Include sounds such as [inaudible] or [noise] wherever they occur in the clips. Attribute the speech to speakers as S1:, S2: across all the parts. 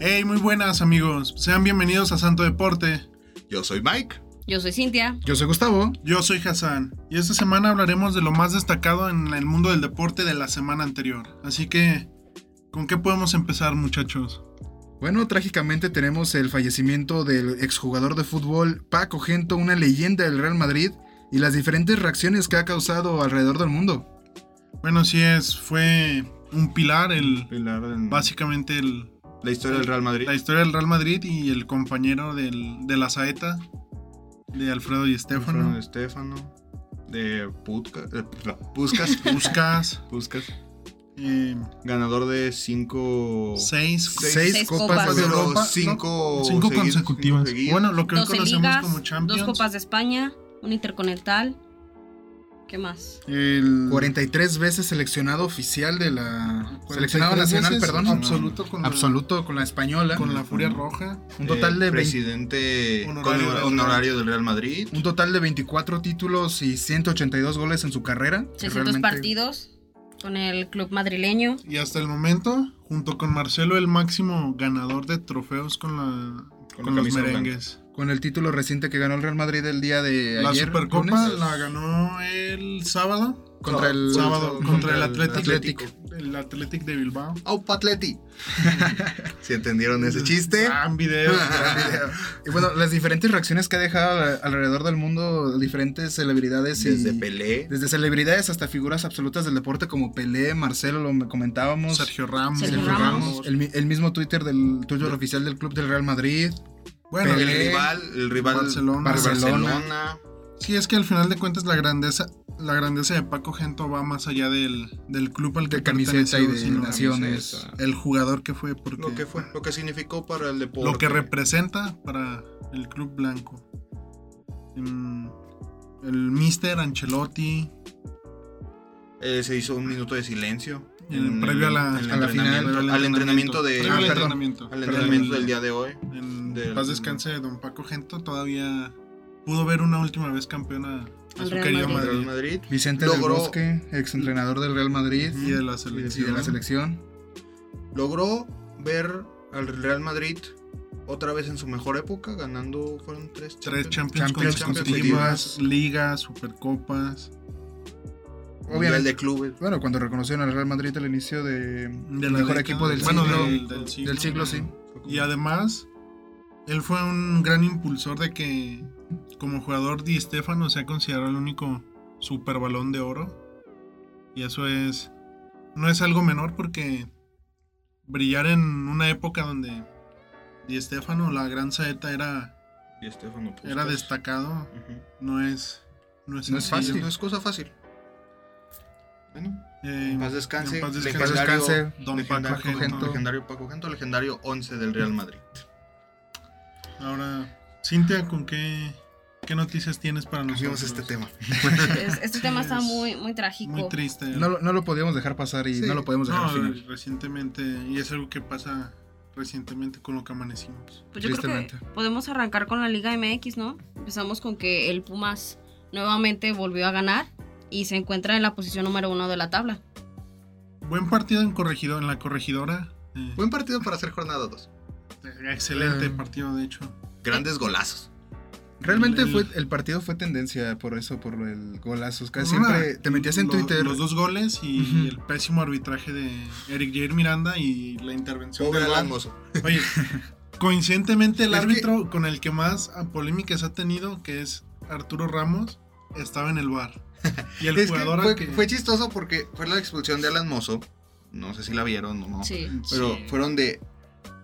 S1: Hey, muy buenas amigos. Sean bienvenidos a Santo Deporte.
S2: Yo soy Mike.
S3: Yo soy Cintia.
S4: Yo soy Gustavo.
S1: Yo soy Hassan. Y esta semana hablaremos de lo más destacado en el mundo del deporte de la semana anterior. Así que, ¿con qué podemos empezar muchachos?
S4: Bueno, trágicamente tenemos el fallecimiento del exjugador de fútbol Paco Gento, una leyenda del Real Madrid, y las diferentes reacciones que ha causado alrededor del mundo.
S1: Bueno, sí es, fue un pilar, el,
S2: Pilar en
S1: básicamente el,
S2: la historia del Real Madrid.
S1: la historia del Real Madrid y el compañero del- de la saeta de Alfredo y Estefano.
S2: Fernando de Estefano. De Putka- eh, no, Puskas.
S1: Buscas
S2: Puskas.
S1: eh,
S2: Ganador de cinco.
S1: seis,
S2: Seis
S4: Seis,
S3: Seis
S4: copas,
S3: copas.
S4: de
S2: Pero
S4: Europa. ¿no?
S2: cinco,
S1: cinco
S2: seguidas,
S1: consecutivas.
S2: cinco seguidas.
S1: bueno, lo que hoy
S3: 12
S1: conocemos
S3: ligas,
S1: como
S3: dos
S1: Champions.
S3: copas de España, un intercontinental. ¿Qué más?
S1: el
S4: 43 veces seleccionado oficial de la... Seleccionado
S1: 43
S4: nacional,
S1: veces
S4: perdón.
S1: Absoluto con la-
S4: Absoluto, con la española.
S1: con la Furia Roja.
S4: un total de
S2: Eh,
S4: 20
S2: presidente
S1: Honorario
S2: honor-
S1: del-
S2: honorario del Real Madrid.
S4: Un total de 24 títulos y 182 goles en su carrera. que
S3: 600
S4: realmente-
S3: partidos con el club madrileño.
S1: Y hasta el momento, junto con Marcelo, el máximo ganador de trofeos con, la,
S2: Con
S1: con, los
S2: la camisa blanca.
S1: merengues.
S4: Con el título reciente que ganó el Real Madrid el día de
S1: La
S4: ayer.
S1: Supercopa
S4: lunes,
S1: la ganó el sábado.
S4: Contra el...
S1: sábado contra el Athletic.
S4: Atlético.
S1: El Athletic de Bilbao.
S2: Au Patleti. [laughs] Si entendieron ese chiste.
S1: Gran
S4: [laughs]
S1: video. gran video.
S4: Y bueno, las diferentes reacciones que ha dejado al- alrededor del mundo diferentes celebridades y-
S2: Desde Pelé.
S4: desde celebridades hasta figuras absolutas del deporte como Pelé, Marcelo, lo comentábamos.
S1: Sergio Ramos.
S3: Sergio
S4: Sergio
S3: Ramos.
S4: Ramos, el, mi- el mismo Twitter del Twitter oficial del club del Real Madrid.
S1: Bueno,
S2: el
S4: Pelé,
S2: rival, el rival
S1: Barcelona.
S2: de
S4: Barcelona.
S2: Barcelona.
S1: Sí, es que al final de cuentas la grandeza, la grandeza de Paco Gento va más allá del, del club al que
S4: De camiseta y
S1: perteneció,
S4: de
S1: sino
S4: naciones.
S2: camiseta.
S1: El jugador que fue, porque
S2: Lo que fue, lo que significó para el deporte.
S1: lo que representa para el club blanco. Mm, El Mister Ancelotti,
S2: Eh, se hizo un minuto de silencio.
S1: El previo a la-
S2: en el
S4: a la final,
S2: entrenamiento-
S1: previo
S2: al entrenamiento de.
S1: Previo
S4: Ah,
S1: al
S4: perdón.
S1: entrenamiento.
S2: al entrenamiento
S1: Perdón.
S2: del día de hoy.
S1: En
S2: del-
S1: paz descanse de Don Paco Gento, todavía pudo ver una última vez campeona a
S3: Al
S1: su
S3: Real
S1: querido
S3: Madrid.
S2: Real
S1: Madrid.
S2: Madrid.
S4: Vicente
S2: Logró-
S4: del Bosque, exentrenador del Real Madrid
S1: y de la
S4: y
S1: selección.
S4: de la selección.
S2: Logró ver al Real Madrid otra vez en su mejor época, ganando. Fueron tres
S1: Tres Champions,
S4: Champions
S1: consecutivas, ligas, supercopas.
S2: Mundial
S4: Obviamente.
S2: de clubes.
S4: Bueno, cuando reconocieron al Real Madrid al inicio
S1: de
S4: de,
S1: la
S4: mejor
S1: década-
S4: equipo del
S1: bueno,
S4: siglo.
S1: del- del siglo.
S4: del siglo, sí.
S1: Y además, él fue un gran impulsor de que como jugador Di Stefano sea considerado el único super balón de oro. Y eso es. No es algo menor porque brillar en una época donde Di Stefano, la gran saeta, era,
S2: Y Estefano Puskas.
S1: era destacado,
S2: Ujú.
S1: no es. No es,
S4: No es
S1: sencillo.
S4: fácil.
S2: No es cosa fácil. Bueno,
S1: Eh,
S2: en paz descanse.
S1: en paz descanse.
S4: paz
S2: legendario-
S4: descanse,
S1: don
S2: legendario-
S1: Paco Gento.
S2: Legendario Paco Gento, legendario 11 del Real Madrid.
S1: Ahora, Cintia, ¿con qué, qué noticias tienes para nosotros?
S2: Cambiamos este tema.
S3: Es-
S1: [laughs]
S3: Este tema está
S1: es
S3: muy, muy trágico.
S1: Muy triste.
S4: No, lo- no lo podíamos dejar pasar y
S2: Sí.
S4: no lo podemos dejar
S1: No,
S4: al final.
S1: recientemente, y es algo que pasa recientemente con lo que amanecimos.
S3: Pues yo creo que
S4: Tristemente.
S3: podemos arrancar con la Liga MX, ¿no? Empezamos con que el Pumas nuevamente volvió a ganar y se encuentra en la posición número uno de la tabla.
S1: Buen partido en corregido, en la corregidora. eh,
S2: Buen partido para hacer jornada 2.
S1: excelente
S4: Eh.
S1: partido, de hecho.
S2: Grandes golazos.
S4: Realmente
S1: el-
S4: fue, el partido fue tendencia por eso, por el golazos. Casi
S1: Una-
S4: siempre te metías en
S1: lo-
S4: Twitter.
S1: Los dos goles y
S4: Ujú.
S1: el pésimo arbitraje de Eric Jair Miranda y la intervención
S2: Pobre
S1: del
S2: Alan
S1: VAR.
S2: Mozo.
S1: Oye, coincidentemente el
S2: Es que-
S1: árbitro con el que más ah, polémicas ha tenido, que es Arturo Ramos, estaba en el bar. Y el
S2: [laughs] Es que
S1: jugador al
S2: fue,
S1: que-
S2: fue chistoso porque fue la expulsión de Alan Mozo. No sé si la vieron o no.
S3: Sí.
S2: Pero
S1: Sí.
S2: fueron de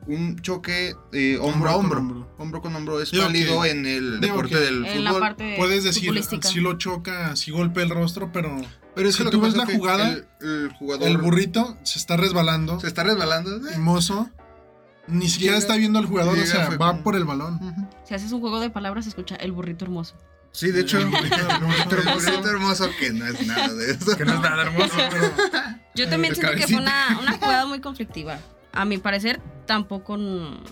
S2: un choque eh, hombro, a
S1: Hombro con
S2: hombro.
S1: hombro.
S2: Hombro con hombro es
S1: Digo
S2: válido
S1: que-
S2: en el
S1: digo
S2: deporte
S1: que
S2: del
S3: en la
S2: fútbol.
S3: parte
S1: Puedes decir,
S3: futbolística.
S1: si lo choca, si golpea el rostro, pero
S2: Pero
S1: Si tú ves la
S2: que
S1: jugada,
S2: el, el jugador
S1: el burrito se está resbalando.
S2: se está resbalando.
S1: El
S2: eh.
S1: mozo ni siquiera
S2: Llega-
S1: está viendo al jugador, o
S2: llega,
S1: sea,
S2: fue
S1: va
S2: como-
S1: por el
S2: [laughs]
S1: balón.
S2: Ujú.
S3: Si haces un juego de palabras, se escucha el burrito hermoso.
S4: Sí, de
S1: [laughs]
S4: hecho,
S1: El burrito del mozo.
S2: Pero el burrito hermoso que no es nada de eso.
S4: que no
S2: [laughs]
S4: es [laughs] nada hermoso. pero-
S3: Yo también
S4: el
S3: siento que fue una, una jugada muy conflictiva. A mi parecer, tampoco. mm,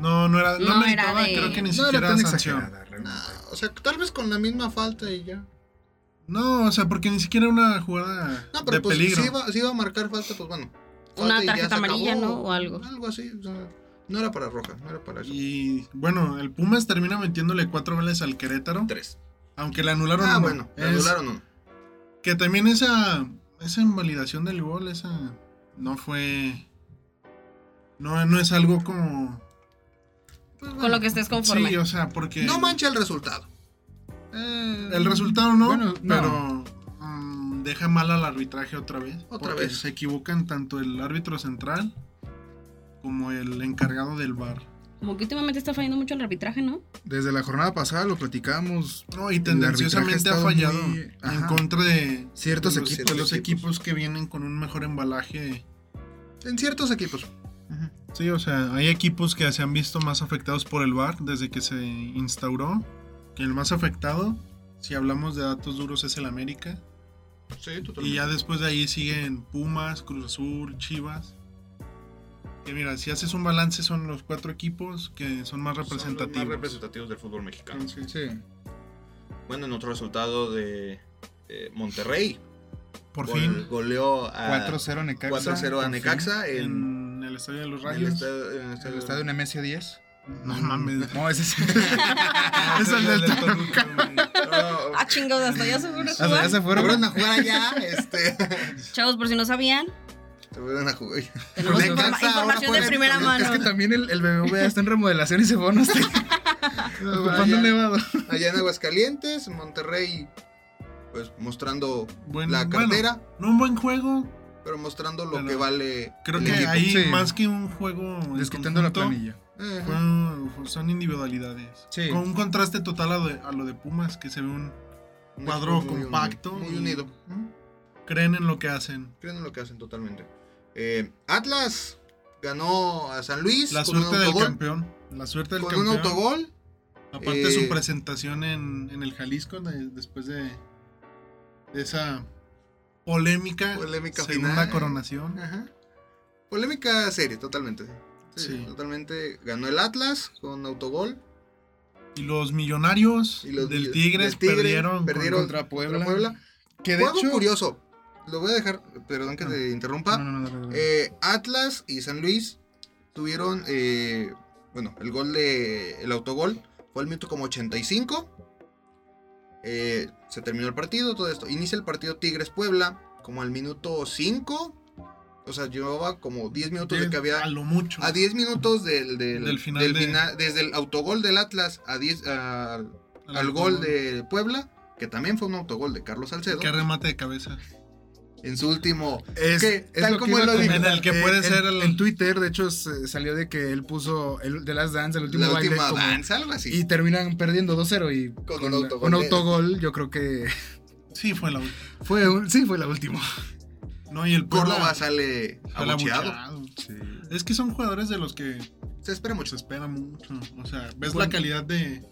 S1: No, no era, no,
S3: No era
S1: meritaba,
S3: de-
S1: creo que ni
S4: no
S1: siquiera
S4: era tan
S1: sanción.
S4: exagerada, realmente.
S2: o sea, tal vez con la misma falta y ya.
S1: No, o sea, porque ni siquiera era una jugada
S2: No, pero
S1: de
S2: pues
S1: peligro.
S2: si iba, si iba a marcar falta, pues bueno.
S3: Una
S2: y ya
S3: tarjeta
S2: se
S3: amarilla, ¿no? O algo.
S2: Algo así, o sea, no era para roja, no era para eso.
S1: Y bueno, el Pumas termina metiéndole cuatro goles al Querétaro,
S2: Tres.
S1: aunque le anularon
S2: Ah,
S1: uno.
S2: bueno, le
S1: Es
S2: anularon uno.
S1: Que también esa, esa invalidación del gol, esa no fue... No, no es algo como...
S2: Pues
S3: Con lo
S2: bueno,
S3: que estés conforme.
S1: Sí, o sea, porque...
S2: No mancha el resultado.
S4: Eh,
S1: El resultado no,
S4: Bueno, no.
S1: pero mm, deja mal al arbitraje otra vez.
S2: Otra
S1: porque
S2: vez.
S1: Se equivocan tanto el árbitro central como el encargado del bar.
S3: Como que últimamente está fallando mucho el arbitraje, ¿no?
S4: Desde la jornada pasada lo platicamos.
S1: No, y tendenciosamente
S4: arbitraje ha
S1: ha
S4: estado
S1: fallado
S4: muy-
S1: en
S4: ajá.
S1: contra de,
S4: Ciertos
S1: de los,
S4: equipos.
S1: de los
S2: equipos.
S1: equipos que vienen con un mejor embalaje.
S2: En ciertos equipos.
S1: Sí, o sea, hay equipos que se han visto más afectados por el bar desde que se instauró. Que el más afectado, si hablamos de datos duros, es el América.
S2: Sí,
S1: Y ya después de ahí siguen Pumas, Cruz Azul, Chivas. Que mira, si haces un balance son los cuatro equipos que son más representativos.
S2: Más representativos del fútbol mexicano.
S1: Entonces,
S4: Sí.
S2: Bueno, en otro resultado de eh, Monterrey.
S1: por
S2: gol-
S1: fin,
S2: Goleó
S4: Ah,
S2: a
S4: 4-0 Necaxa.
S2: 4-0 a
S4: por
S2: Necaxa en,
S1: en el Estadio de los
S2: en el
S1: Rayos.
S2: estadio- en el
S4: fin. El
S2: estadio-
S4: estadio Nemesio 10.
S1: No [laughs] mames.
S4: No, ese es.
S1: es el del Toluca.
S2: [laughs] No,
S3: Ah, chingados, hasta ya seguro
S4: [laughs] Hasta ya
S3: jugar.
S4: se fueron.
S2: Fueron a jugar allá, este. [laughs]
S3: Chavos, por si no sabían,
S2: Fueron a jugar.
S3: tenemos
S2: Necaxa,
S3: informa-
S2: ahora
S3: información de
S2: juegan-
S3: primera
S2: es
S3: mano.
S4: Es que también el, el BBVA está en remodelación y se fueron
S1: [laughs]
S4: hasta ocupando el
S2: allá,
S4: nevado.
S2: allá en Aguascalientes, en Monterrey, pues mostrando
S1: Bueno,
S2: la
S1: bueno,
S2: cartera,
S1: no un buen juego.
S2: pero mostrando lo
S1: Bueno,
S2: que vale.
S1: Creo
S2: el
S1: que
S2: equipo.
S1: ahí,
S4: sí.
S1: más que un juego. en
S4: Desquitando la
S1: conjunto,
S4: planilla.
S2: Ajá.
S1: fue- Son individualidades.
S4: Sí.
S1: Con un contraste total a, de- a lo de Pumas, que se ve un.
S2: Un
S1: cuadro
S2: equipo muy
S1: compacto
S2: unido, Muy
S1: y-
S2: unido. ¿Mm?
S1: Creen en lo que hacen.
S2: Creen en lo que hacen totalmente. Eh, Atlas ganó a San Luis
S1: La
S2: con
S1: suerte
S2: un
S1: del
S2: autogol.
S1: campeón. La suerte del
S2: con
S1: campeón.
S2: un autogol.
S1: Aparte
S2: Eh,
S1: su presentación en, en el Jalisco de- después de, de esa polémica,
S2: Polémica
S1: Eh, segunda
S2: final.
S1: coronación.
S2: Ajá. Polémica serie, totalmente.
S1: Sí.
S2: Totalmente ganó el Atlas con autogol.
S1: Y los millonarios
S2: Y los
S1: del,
S2: mill-
S1: Tigres
S2: del Tigre
S1: perdieron, con-
S2: perdieron
S4: contra Puebla.
S2: Contra Puebla.
S4: Que de
S2: Juego
S4: hecho.
S2: curioso. Lo voy a dejar, perdón que
S4: No.
S2: te interrumpa.
S4: No, no, no, no, no, no.
S2: Eh, Atlas y San Luis tuvieron, eh, bueno, el gol de, el autogol fue al minuto como 85. Eh, se terminó el partido, todo esto. Inicia el partido Tigres Puebla como al minuto 5. O sea, llevaba como 10 minutos de que había...
S1: a lo mucho.
S2: A 10 minutos del, del-
S1: Del final de-
S2: fina- desde el autogol del Atlas a 10 al,
S1: Al
S2: al gol
S1: autogol.
S2: de Puebla, que también fue un autogol de Carlos Salcedo,
S1: Qué remate de cabeza.
S2: en su último
S4: Es,
S2: que,
S4: es
S2: tal
S4: lo
S2: como
S4: que
S2: él
S4: iba
S2: lo
S4: a
S2: dijo.
S1: En el que puede
S4: en-
S1: ser el-
S4: En Twitter, de hecho, se- salió de que él puso el de las Dance, el último
S2: la
S4: baile.
S2: última
S4: como-
S2: danza, algo así.
S4: Y terminan perdiendo 2-0 y
S2: Con un autogol
S4: un
S2: de-
S4: autogol, yo creo que
S1: Sí, fue la última.
S4: fue un- sí fue la última.
S1: No, y el Puebla
S2: Córdoba sale
S1: fue
S2: abucheado.
S1: abucheado. Es que son jugadores de los que
S2: Se espera
S1: se
S2: mucho.
S4: Eh,
S1: espera mucho. O sea, ves
S4: Bueno.
S1: la calidad de.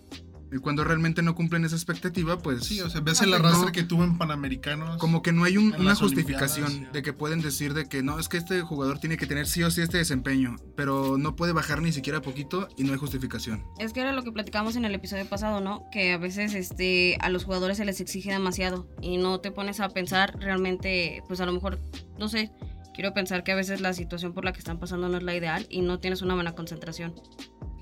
S4: Y cuando realmente no cumplen esa expectativa, pues
S1: Sí, o sea, ves
S4: Ah,
S1: el
S4: no.
S1: arrastre que tuvo en Panamericanos.
S4: como que no hay un-
S1: en
S4: una
S1: las
S4: justificación
S1: Olimpiadas, ya.
S4: de que pueden decir de que no, es que este jugador tiene que tener sí o sí este desempeño, pero no puede bajar ni siquiera poquito y no hay justificación.
S3: Es que era lo que platicamos en el episodio pasado, ¿no? Que a veces este, a los jugadores se les exige demasiado y no te pones a pensar realmente, pues a lo mejor, no sé, quiero pensar que a veces la situación por la que están pasando no es la ideal y no tienes una buena concentración.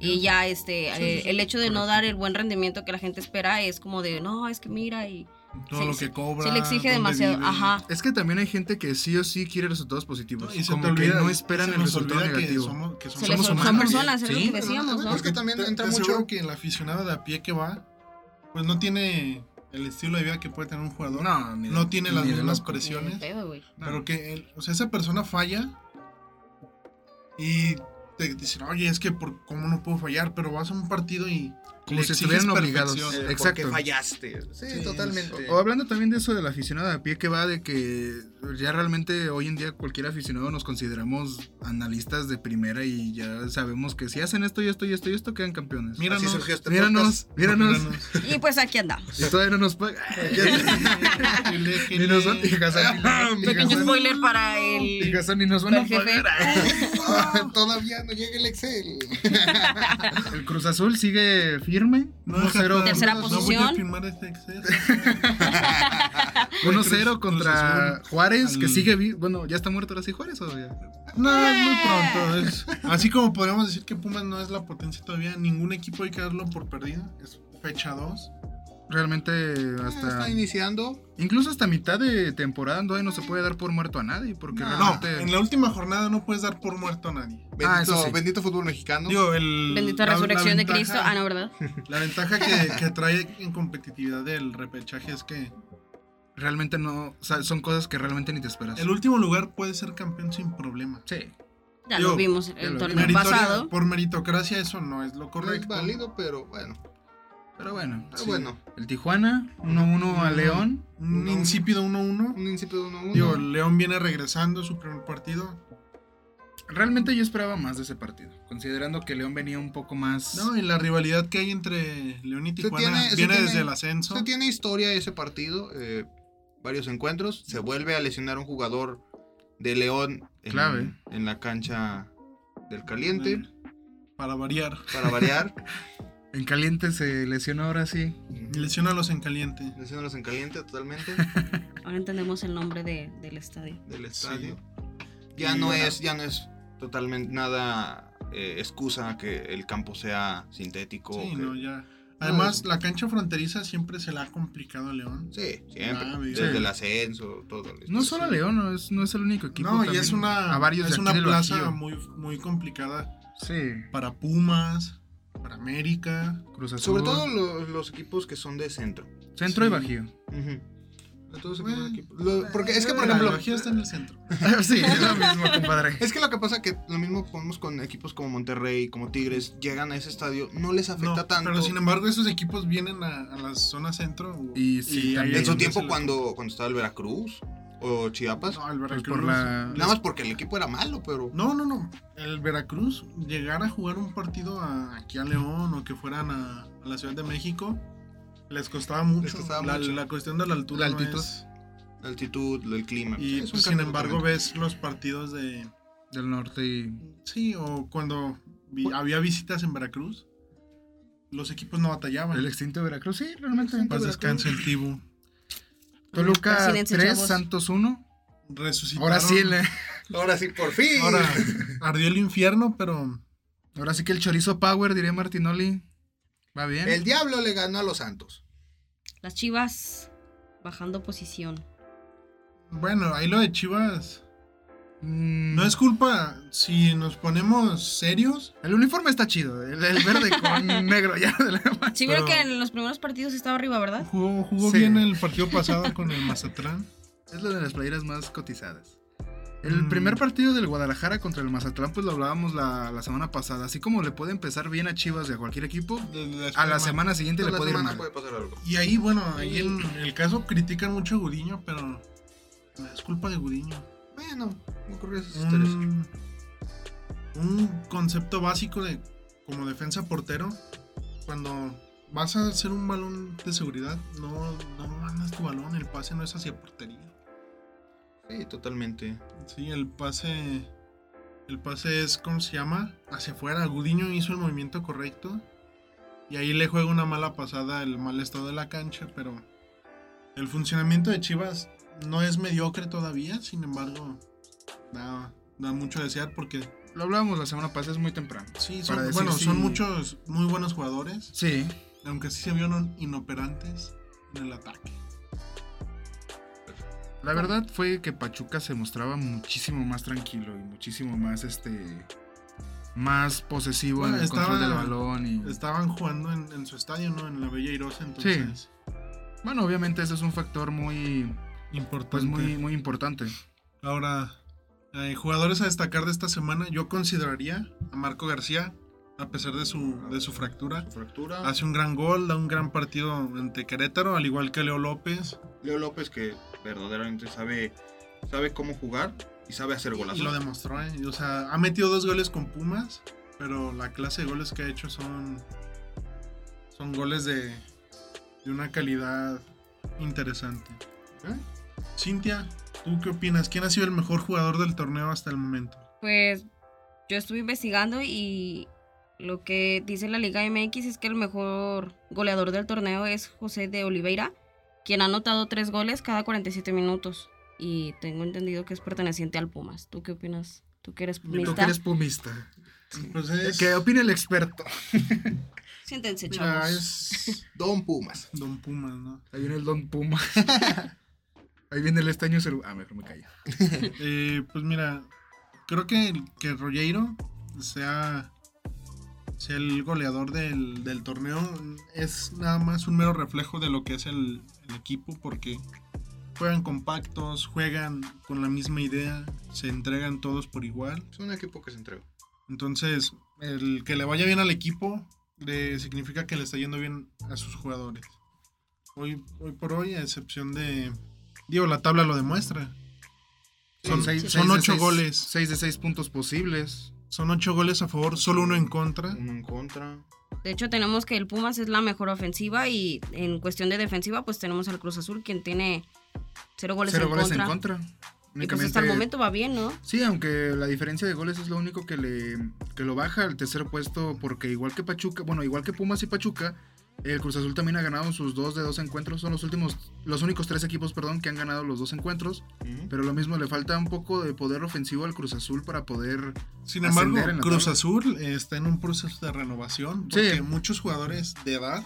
S3: Y ya este,
S1: Sí,
S3: eh,
S1: sí, sí,
S3: el hecho de no
S1: correcto.
S3: dar el buen rendimiento que la gente espera es como de, no, es que mira y
S1: Todo
S3: sí,
S1: lo
S3: sí.
S1: que cobra.
S3: sí le exige
S1: dónde
S3: demasiado.
S1: vive.
S3: Ajá.
S4: Es que también hay gente que sí o sí quiere resultados positivos,
S1: No, y se
S4: como
S1: te olvida-
S4: que no esperan
S1: se
S4: el
S1: nos
S4: resultado
S1: olvida que
S4: negativo.
S1: somos- que somos
S3: Se les
S1: humanos.
S3: son personas, es lo
S4: Sí,
S3: que decíamos, ¿no?
S2: Porque también
S1: Te-
S2: entra
S1: te
S2: mucho.
S1: aseguro que el aficionado de a pie que va, pues no tiene el estilo de vida que puede tener un jugador.
S4: No, ni de-
S1: No tiene
S4: ni
S1: las
S4: de
S1: mismas
S4: loco.
S1: presiones.
S3: Ni de pedo, güey.
S4: No.
S1: Pero que, el- o sea, esa persona falla y te dicen, oye, es que por cómo no puedo fallar, pero vas a un partido y.
S4: Como
S1: le
S4: si
S1: exiges
S4: estuvieran obligados.
S1: perfección.
S2: eh,
S4: Exacto.
S2: Porque fallaste. Sí,
S1: Sí,
S2: totalmente.
S4: O hablando también de eso del aficionado de a pie que va, de que ya realmente hoy en día cualquier aficionado nos consideramos analistas de primera y ya sabemos que si hacen esto y esto y esto y esto quedan campeones.
S1: Mira,
S2: Así
S1: míranos,
S2: surgió este podcast.
S4: míranos, míranos.
S1: [laughs]
S3: Y pues aquí andamos.
S4: Y todavía no [laughs] nos pagan.
S1: Déjenle.
S4: Ni nos van- Ah, y Hassan-
S1: Ah,
S4: y
S3: Pequeño
S4: Hassan-
S3: spoiler para
S4: y
S3: el...
S4: Hassan ni nos van
S3: para
S4: a
S3: el jefe.
S4: pagar.
S2: Ah, [laughs] Todavía no llega el Excel.
S4: El Cruz Azul sigue firme.
S1: No, Jafar,
S4: 1-0
S3: Tercera
S1: no voy a
S3: posición.
S1: firmar este exceso.
S4: 1-0
S1: Cruz- Cruz
S4: contra
S1: Azul.
S4: Juárez, que
S1: Al-
S4: sigue vi- Bueno, ya está muerto ahora sí Juárez o ya?
S1: No, es muy pronto. es- así como podríamos decir que Pumas no es la potencia todavía, ningún equipo hay que darlo por perdido. Es fecha 2.
S4: Realmente hasta...
S2: Está iniciando.
S4: Incluso hasta mitad de temporada no, no se puede dar por muerto a nadie, porque
S2: No.
S1: No,
S4: realmente...
S1: en la última jornada no puedes dar por muerto a nadie.
S2: Bendito,
S4: Ah, eso sí.
S2: bendito fútbol mexicano.
S1: Digo, el,
S3: Bendita
S1: la- la
S3: resurrección de
S1: ventaja-
S3: Cristo. Ah, no, ¿verdad?
S1: La ventaja que, que trae en competitividad del repechaje es que
S4: Realmente no... o sea, son cosas que realmente ni te esperas.
S1: el último lugar puede ser campeón sin problema.
S4: Sí.
S3: Ya
S1: Digo,
S3: lo vimos
S4: ya
S3: el
S4: lo
S3: torneo
S1: Meritoria-
S3: pasado.
S1: por meritocracia eso no es lo
S2: No es
S1: correcto.
S2: válido, pero bueno.
S4: Pero bueno.
S2: Pero
S4: sí.
S2: bueno,
S4: El Tijuana, 1-1 a
S1: Mm.
S4: León.
S1: Un
S2: No.
S1: insípido 1-1.
S2: un incipido 1-1.
S1: Digo, León viene regresando su primer partido.
S4: Realmente yo esperaba más de ese partido, considerando que León venía un poco más...
S1: No, y la rivalidad que hay entre León y
S2: Se
S1: Tijuana
S2: tiene- se
S1: viene
S2: tiene-
S1: desde el ascenso.
S2: Se tiene historia ese partido, eh, varios encuentros. Se vuelve a lesionar un jugador de León en,
S4: Clave.
S2: en la cancha del caliente,
S1: Para variar.
S2: para
S4: [laughs]
S2: variar.
S4: En caliente se lesionó ahora sí.
S1: Lesiona a los en caliente.
S2: Lesionarlos en caliente
S1: [laughs]
S2: totalmente
S3: Ahora entendemos el nombre de- del estadio.
S2: del
S1: Sí.
S2: estadio. Ya
S1: Y
S2: no
S1: ahora-
S2: es, ya no es totalmente nada eh, excusa que el campo sea sintético.
S1: Sí,
S2: que-
S1: no, ya. Además,
S2: eso.
S1: la cancha fronteriza siempre se la ha complicado a León.
S2: Sí, siempre.
S1: Ah, mira.
S2: desde
S1: Sí.
S2: el ascenso, todo. la
S4: No
S2: historia.
S4: solo a León, no es, no es el único equipo.
S1: Pues No, y
S4: también
S1: es una,
S4: A varios
S1: es
S4: de
S1: una
S4: aquí del
S1: plaza
S4: Bajío.
S1: muy, muy complicada
S4: Sí,
S1: para Pumas, para América.
S4: Cruz Azul.
S2: Sobre todo los, los equipos que son de centro.
S4: Centro y
S1: sí.
S4: Bajío. pues,
S2: Ujú. A todos se
S1: Bueno, pues,
S2: ponen aquí. Lo- porque es que, por
S1: La
S2: ejemplo,
S1: Bajío está en el
S2: [laughs]
S1: centro.
S4: sí, es
S1: [laughs]
S4: lo mismo, compadre.
S2: es que lo que pasa que lo mismo ponemos con equipos como Monterrey, como Tigres, llegan a ese estadio, no les afecta
S1: No,
S2: tanto.
S1: Pero sin embargo, esos equipos vienen a, a la zona centro. o-
S4: Y sí,
S1: ahí
S4: también.
S1: es
S2: en su
S1: donde
S2: tiempo
S1: se la-
S2: cuando, cuando estaba el Veracruz o Chiapas,
S1: No, el
S4: Pues
S1: Veracruz.
S4: por la...
S2: nada más porque el equipo era malo, pero
S1: No, no, no. El Veracruz llegar a jugar un partido a- aquí a León o que fueran a, a la Ciudad de México les costaba mucho.
S2: Les costaba
S1: la,
S2: mucho.
S1: la cuestión de la altura.
S4: La
S1: no
S4: altitud.
S1: es-
S2: la altitud, el clima.
S1: Y
S2: es un
S1: pues, sin
S2: cambio
S1: embargo
S2: totalmente.
S1: ves los partidos de...
S4: del norte y...
S1: Sí, o cuando vi- había visitas en Veracruz, los equipos no batallaban.
S4: El extinto Veracruz, sí, realmente.
S1: Paz descanse el Tibu.
S4: Toluca
S3: Vacínense,
S4: 3,
S3: chavos.
S4: Santos 1.
S1: Resucitaron.
S4: Ahora sí, el-
S2: Ahora sí, por fin. [laughs]
S1: Ahora
S4: [laughs]
S1: ardió el infierno, pero...
S4: ahora sí que el chorizo power, diría Martinoli. Va bien.
S2: El diablo le ganó a los Santos.
S3: Las chivas bajando posición.
S1: Bueno, ahí lo de Chivas...
S4: Mm,
S1: No es culpa si nos ponemos serios.
S4: El uniforme está chido. El, el verde con negro ya de la
S3: Sí,
S1: Pero-
S3: vieron que en los primeros partidos estaba arriba, ¿verdad?
S1: Jugó, jugó
S4: Sí.
S1: bien el partido pasado con el Mazatlán.
S4: Es la de las playeras más cotizadas. El
S1: Mm.
S4: primer partido del Guadalajara contra el Mazatlán, pues lo hablábamos la, la semana pasada. Así como le puede empezar bien a Chivas y a cualquier equipo, a la semana siguiente
S2: Toda
S4: le
S2: la
S4: puede ir
S2: semana
S4: mal.
S2: puede pasar algo.
S1: Y ahí, bueno, ahí en el caso critican mucho a Gudiño, pero es culpa de Gudiño.
S2: Bueno, ocurrió esas historias.
S1: Un, Mm, un concepto básico de como defensa portero, cuando vas a hacer un balón de seguridad, no, no mandas tu balón, el pase no es hacia portería.
S2: Sí, totalmente.
S1: Sí, el pase. El pase es, ¿cómo se llama? Hacia afuera. Gudiño hizo el movimiento correcto. Y ahí le juega una mala pasada el mal estado de la cancha, pero. El funcionamiento de Chivas no es mediocre todavía, sin embargo, da, da mucho a desear porque
S4: Lo hablábamos la semana pasada, es muy temprano.
S1: sí,
S4: Para
S1: son,
S4: decir
S1: bueno, son
S4: si-
S1: muchos muy buenos jugadores,
S4: Sí.
S1: aunque sí se vieron inoperantes en el ataque.
S4: La verdad fue que Pachuca se mostraba muchísimo más tranquilo y muchísimo más este más posesivo
S1: Bueno,
S4: en el
S1: estaba-
S4: control del balón y
S1: Estaban jugando en, en su estadio, ¿no? En la Bella Irosa, entonces.
S4: bueno, obviamente eso es un factor muy
S1: Importante.
S4: pues muy muy importante.
S1: Ahora, eh, jugadores a destacar de esta semana, yo consideraría a Marco García, a pesar de su, de su fractura.
S2: Fractura.
S1: Hace un gran gol, da un gran partido ante Querétaro, al igual que Leo López.
S2: Leo López que verdaderamente sabe, sabe cómo jugar y sabe hacer
S1: Y lo
S2: golazos.
S1: demostró, ¿eh? O sea, ha metido dos goles con Pumas, pero la clase de goles que ha hecho son, son goles de, de una calidad interesante.
S2: ¿Eh?
S1: Cintia, ¿tú qué opinas? ¿Quién ha sido el mejor jugador del torneo hasta el momento?
S3: Pues yo estuve investigando y lo que dice la Liga MX es que el mejor goleador del torneo es José de Oliveira, quien ha anotado tres goles cada 47 minutos. Y tengo entendido que es perteneciente al Pumas. ¿Tú qué opinas? Tú que eres
S4: Tú que
S3: pumista.
S4: eres pumista.
S1: Pues es
S4: ¿Qué opina Eh, el experto?
S3: Siéntense,
S1: Ah,
S3: chavos.
S1: es
S2: Don Pumas.
S1: Don Pumas, ¿no?
S4: Ahí viene el Don Puma. [laughs] Ahí viene el estaño Cerú. Ah, mejor me callo.
S1: Eh, pues mira, creo que, que Rogueiro sea, sea el goleador del, del torneo. Es nada más un mero reflejo de lo que es el, el equipo porque juegan compactos, juegan con la misma idea, se entregan todos por igual.
S2: Es un equipo que se entregó.
S1: Entonces, el que le vaya bien al equipo le significa que le está yendo bien a sus jugadores. Hoy, hoy por hoy, a excepción de... Digo, la tabla lo demuestra. Son- son
S4: de
S1: ocho goles.
S4: Seis de seis puntos posibles.
S1: Son ocho goles a favor, solo uno en contra.
S2: Uno en contra.
S3: De hecho, tenemos que el Pumas es la mejor ofensiva y en cuestión de defensiva, pues tenemos al Cruz Azul, quien tiene cero goles,
S4: Cero
S3: en,
S4: goles
S3: contra.
S4: en contra.
S3: Y pues hasta el
S4: Únicamente-
S3: momento va bien, ¿no?
S4: Sí, aunque la diferencia de goles es lo único que le que lo baja al tercer puesto, porque igual que Pachuca, bueno, igual que Pumas y Pachuca, el Cruz Azul también ha ganado sus dos de dos encuentros. Son los últimos, los únicos tres equipos, perdón, que han ganado los dos encuentros.
S2: Ujú.
S4: Pero lo mismo le falta un poco de poder ofensivo al Cruz Azul para poder.
S1: Sin
S4: Ascender
S1: embargo,
S4: en la
S1: Cruz
S4: tabla.
S1: Azul eh, está en un proceso de renovación porque
S4: Sí.
S1: muchos jugadores de edad,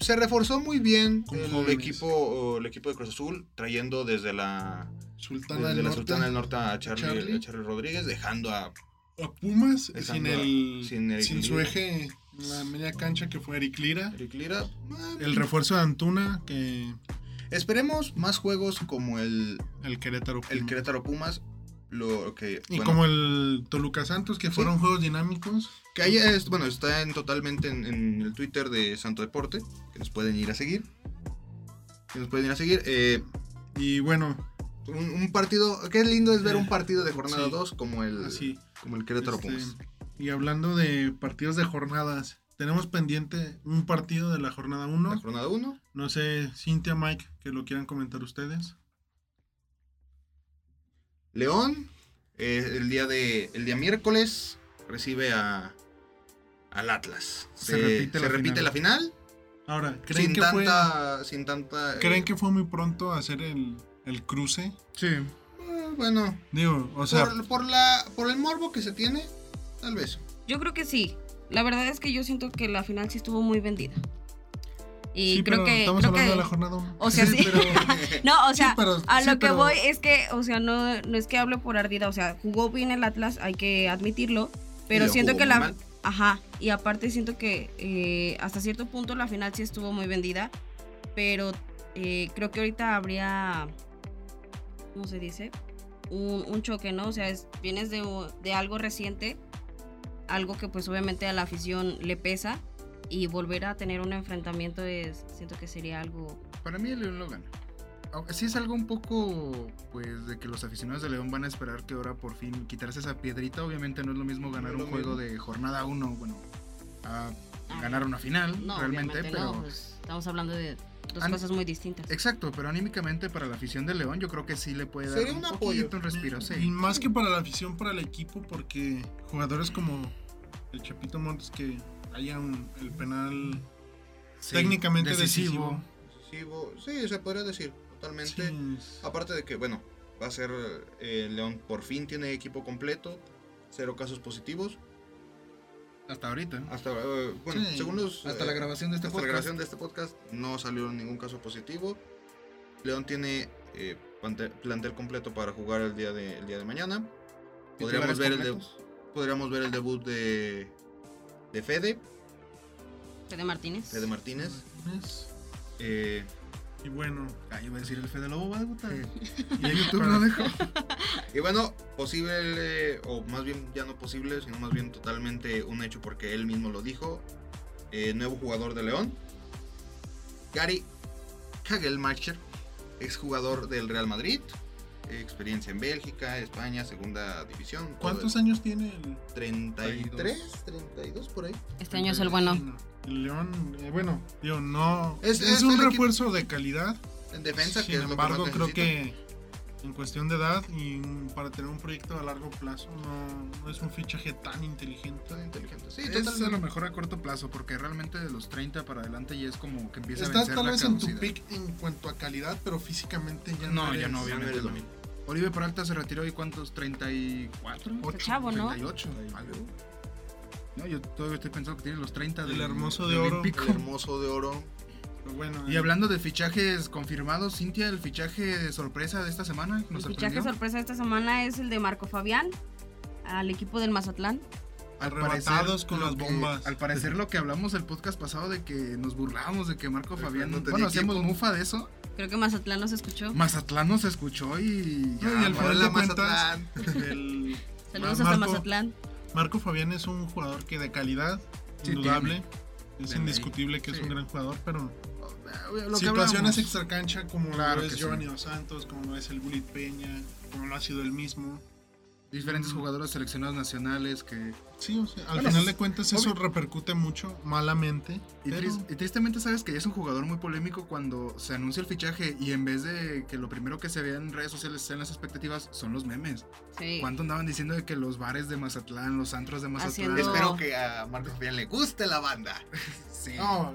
S2: Se reforzó muy bien
S1: Con
S2: el
S1: jóvenes.
S2: equipo, el equipo de Cruz Azul, trayendo desde la,
S1: Sultana
S2: desde
S1: del
S2: la
S1: Norte,
S2: Sultana del Norte a Charlie,
S1: Charlie.
S2: a Charlie Rodríguez, dejando a
S1: a Pumas, sin,
S2: Dejando a-
S1: el, sin,
S2: sin Eric
S1: su
S2: Lira.
S1: eje en la media cancha que fue Eric Lira.
S2: Eric Lira. Ah,
S1: El refuerzo de Antuna, que
S2: Esperemos más juegos como el,
S1: el Querétaro.
S2: el
S1: Pumas.
S2: Querétaro Pumas. Lo que,
S1: Y
S2: bueno,
S1: como el Toluca Santos, que fueron juegos dinámicos.
S2: que ahí es, bueno, está en- totalmente en, en el Twitter de Santo Deporte, que nos pueden ir a seguir. Que nos pueden ir a seguir. Eh,
S1: Y bueno,
S2: un, un partido, qué lindo es ver
S1: Eh,
S2: un partido de jornada
S1: sí.
S2: 2 como el,
S1: así.
S2: como el Querétaro
S1: este,
S2: Pumas.
S1: y hablando de partidos de jornadas, tenemos pendiente un partido de la jornada
S2: La
S1: 1.
S2: jornada 1.
S1: No sé, Cintia, Mike, que lo quieran comentar ustedes.
S2: León, eh, el día de el día miércoles recibe a al Atlas. Eh,
S4: Se repite
S2: la
S4: la final.
S2: final.
S1: Ahora, ¿creen,
S2: Sin
S1: que,
S2: tanta, sin tanta. eh,
S1: fue, ¿creen que fue muy pronto hacer el, el cruce?
S4: Sí.
S2: eh, bueno,
S1: Digo, o sea,
S2: por, por la por el morbo que se tiene, tal
S3: [laughs]
S2: vez.
S3: Yo creo que sí. La verdad es que yo siento que la final sí estuvo muy vendida. Y
S1: sí,
S3: creo
S1: pero
S3: que.
S1: estamos
S3: creo
S1: hablando
S3: que-
S1: de la jornada 1.
S3: O sea, sí. [laughs] no, o sea, a lo que voy es que, o sea, no, no es que hable por ardida. O sea, jugó bien el Atlas, hay que admitirlo. Pero
S2: Lo
S3: siento
S2: jugó
S3: que
S2: muy
S3: la.
S2: mal.
S3: Ajá. Y aparte siento que eh, hasta cierto punto la final sí estuvo muy vendida. Pero eh, creo que ahorita habría. ¿Cómo se dice? Un, un choque, ¿no? O sea, es- vienes de, de algo reciente. Algo que pues obviamente a la afición le pesa. Y volver a tener un enfrentamiento es, siento que sería algo...
S4: Para mí el León lo gana. Au- Sí es algo un poco, pues, de que los aficionados de León van a esperar que ahora por fin quitarse esa piedrita. Obviamente no es lo mismo ganar
S2: No es
S4: un
S2: lo
S4: juego
S2: mismo.
S4: de jornada 1, bueno, a ganar una final,
S3: Ah, No,
S4: realmente,
S3: obviamente
S4: pero...
S3: no, pues, estamos hablando de dos
S4: An- eh,
S3: cosas muy distintas.
S4: Exacto, pero anímicamente para la afición de León yo creo que sí le puede dar
S2: Sería
S4: un,
S2: un
S4: poquito,
S2: apoyo.
S4: un respiro,
S1: Y
S4: sí.
S1: más que para la afición, para el equipo, porque jugadores como el Chapito Montes que haya un, el penal
S4: Sí,
S1: técnicamente decisivo.
S2: Decisivo, Sí, se podría decir,
S1: Sí,
S2: totalmente. Aparte de que, bueno, va a ser eh, León por fin tiene equipo completo, cero casos positivos.
S4: Hasta ahorita.
S2: Hasta eh, bueno,
S1: Sí,
S2: según los
S4: hasta
S2: eh,
S4: la grabación de este
S2: hasta la
S4: podcast.
S2: grabación de este podcast no salió ningún caso positivo. León tiene eh, plante- plantel completo para jugar el día de, el día de mañana. Podríamos
S4: Titulares
S2: ver, el de-
S4: completos.
S2: podríamos ver el debut de, de Fede,
S3: Fede Martínez.
S2: Fede Martínez.
S1: Martínez.
S2: Eh,
S1: Y bueno,
S4: Ah, yo iba a decir el Fede Lobo va a debutar.
S1: y ahí
S4: YouTube no dejó.
S2: y bueno, posible, eh, o más bien ya no posible, sino más bien totalmente un hecho porque él mismo lo dijo. eh, nuevo jugador de León. Gary Kagelmacher, exjugador del Real Madrid. eh, Experiencia en Bélgica, España, segunda división. todo
S1: ¿Cuántos
S2: eso.
S1: años tiene el
S2: 33, 32 por ahí.
S3: Este año es el bueno.
S1: No, el León, eh, bueno, digo, no. Es,
S2: Es- es
S1: un
S2: el equipo-
S1: refuerzo de calidad.
S2: En defensa, que
S1: Sin
S2: es lo que más
S1: embargo, creo
S2: necesita.
S1: que en cuestión de edad y para tener un proyecto a largo plazo, no, no es un fichaje tan inteligente.
S2: Está inteligente. Sí,
S4: es a
S2: totalmente.
S4: lo mejor a corto plazo, porque realmente de los 30 para adelante ya es como que empieza a
S1: Estás
S4: vencer
S1: tal
S4: la
S1: vez en tu
S4: caducidad.
S1: pick en cuanto a calidad, pero físicamente ya
S4: No,
S1: eres-
S2: Ya
S4: ya no,
S2: no
S4: obviamente
S2: eres
S4: no.
S2: lo mismo.
S4: Oribe Peralta se retiró y cuántos, 34?
S3: Está chavo, ¿no?
S4: 38, algo. No, yo todavía estoy pensando que tiene los 30
S1: El
S4: del-
S1: hermoso de
S4: del
S1: oro.
S4: Olímpico.
S2: El hermoso de oro.
S1: Pero bueno,
S4: Y
S1: eh, [laughs]
S4: hablando de fichajes confirmados, Cintia, el fichaje de sorpresa de esta semana nos
S3: El
S4: sorprendió.
S3: fichaje sorpresa esta semana es el de Marco Fabián al equipo del Mazatlán.
S4: Al
S1: Arrebatados con
S4: lo
S1: las
S4: que-
S1: bombas.
S4: al parecer lo que hablamos el podcast pasado de que nos burlábamos de que Marco
S2: El
S4: Fabián,
S2: Fernando tenía
S4: bueno, hacíamos
S2: equipo.
S4: mufa de eso.
S3: Creo que Mazatlán nos escuchó.
S4: Mazatlán nos escuchó y ya.
S1: No, y al
S4: bueno,
S1: final
S2: Hola,
S1: de cuentas,
S2: Mazatlán.
S1: el
S3: Saludos
S1: Ma-
S3: hasta
S1: Marco.
S3: Mazatlán.
S1: Marco Fabián es un jugador que de calidad,
S4: Sí,
S1: indudable. Es
S4: Tiene ahí.
S1: indiscutible que es
S4: Sí.
S1: un gran jugador, pero
S4: lo que
S1: situaciones
S4: hablamos.
S1: extracancha como
S4: Claro
S1: lo es
S4: que sí.
S1: Giovanni Dos Santos, como lo es el Bullet Peña, como lo ha sido él mismo.
S4: diferentes jugadores seleccionados nacionales que
S1: Sí, o sea, al
S4: Bueno,
S1: final
S4: es-
S1: de cuentas eso repercute mucho malamente.
S4: y,
S1: pero-
S4: tris- y tristemente sabes que es un jugador muy polémico cuando se anuncia el fichaje y en vez de que lo primero que se vea en redes sociales sean las expectativas son los memes.
S3: Sí.
S4: ¿Cuánto andaban diciendo de que los bares de Mazatlán, los antros de Mazatlán?
S3: Haciendo-
S2: Espero que a Marco Fabián le guste
S1: [laughs]
S2: la banda.
S4: Sí.
S1: No,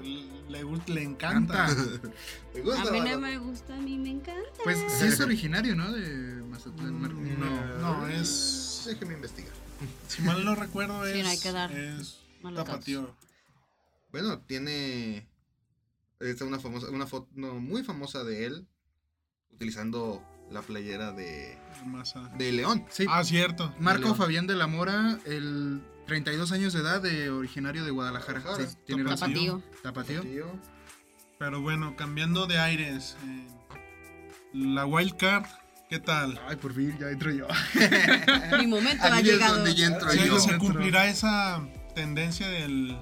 S1: le, le encanta.
S4: Canta.
S2: Le
S3: A
S2: gusta la
S3: mí no
S2: banda.
S3: me gusta, a mí me encanta.
S4: [laughs] Pues sí es originario, ¿no? De Mazatlán. Marco.
S1: No. es-
S2: Déjeme investigar.
S1: Si mal no recuerdo es,
S3: Sí, no hay que dar
S1: es
S3: malos
S1: tapatío.
S2: Bueno, tiene. Está una famosa, una foto muy famosa de él utilizando la playera de,
S1: Maza-
S2: de León.
S4: Sí.
S1: Ah, cierto.
S4: Marco
S2: León.
S4: Fabián de la Mora, el 32 años de edad, de originario de Guadalajara.
S2: Guadalajara.
S4: Sí, tiene razón.
S3: Tapatío.
S4: Tapatío.
S2: Tío.
S1: Pero bueno, cambiando de aires. eh, la wild card, ¿qué tal?
S4: Ay, por fin, ya entro yo.
S3: Mi
S4: [laughs]
S3: momento ha
S2: Aquí es
S3: llegado.
S2: donde ya entro
S4: Sí,
S1: ¿Se,
S2: yo.
S1: se cumplirá esa tendencia del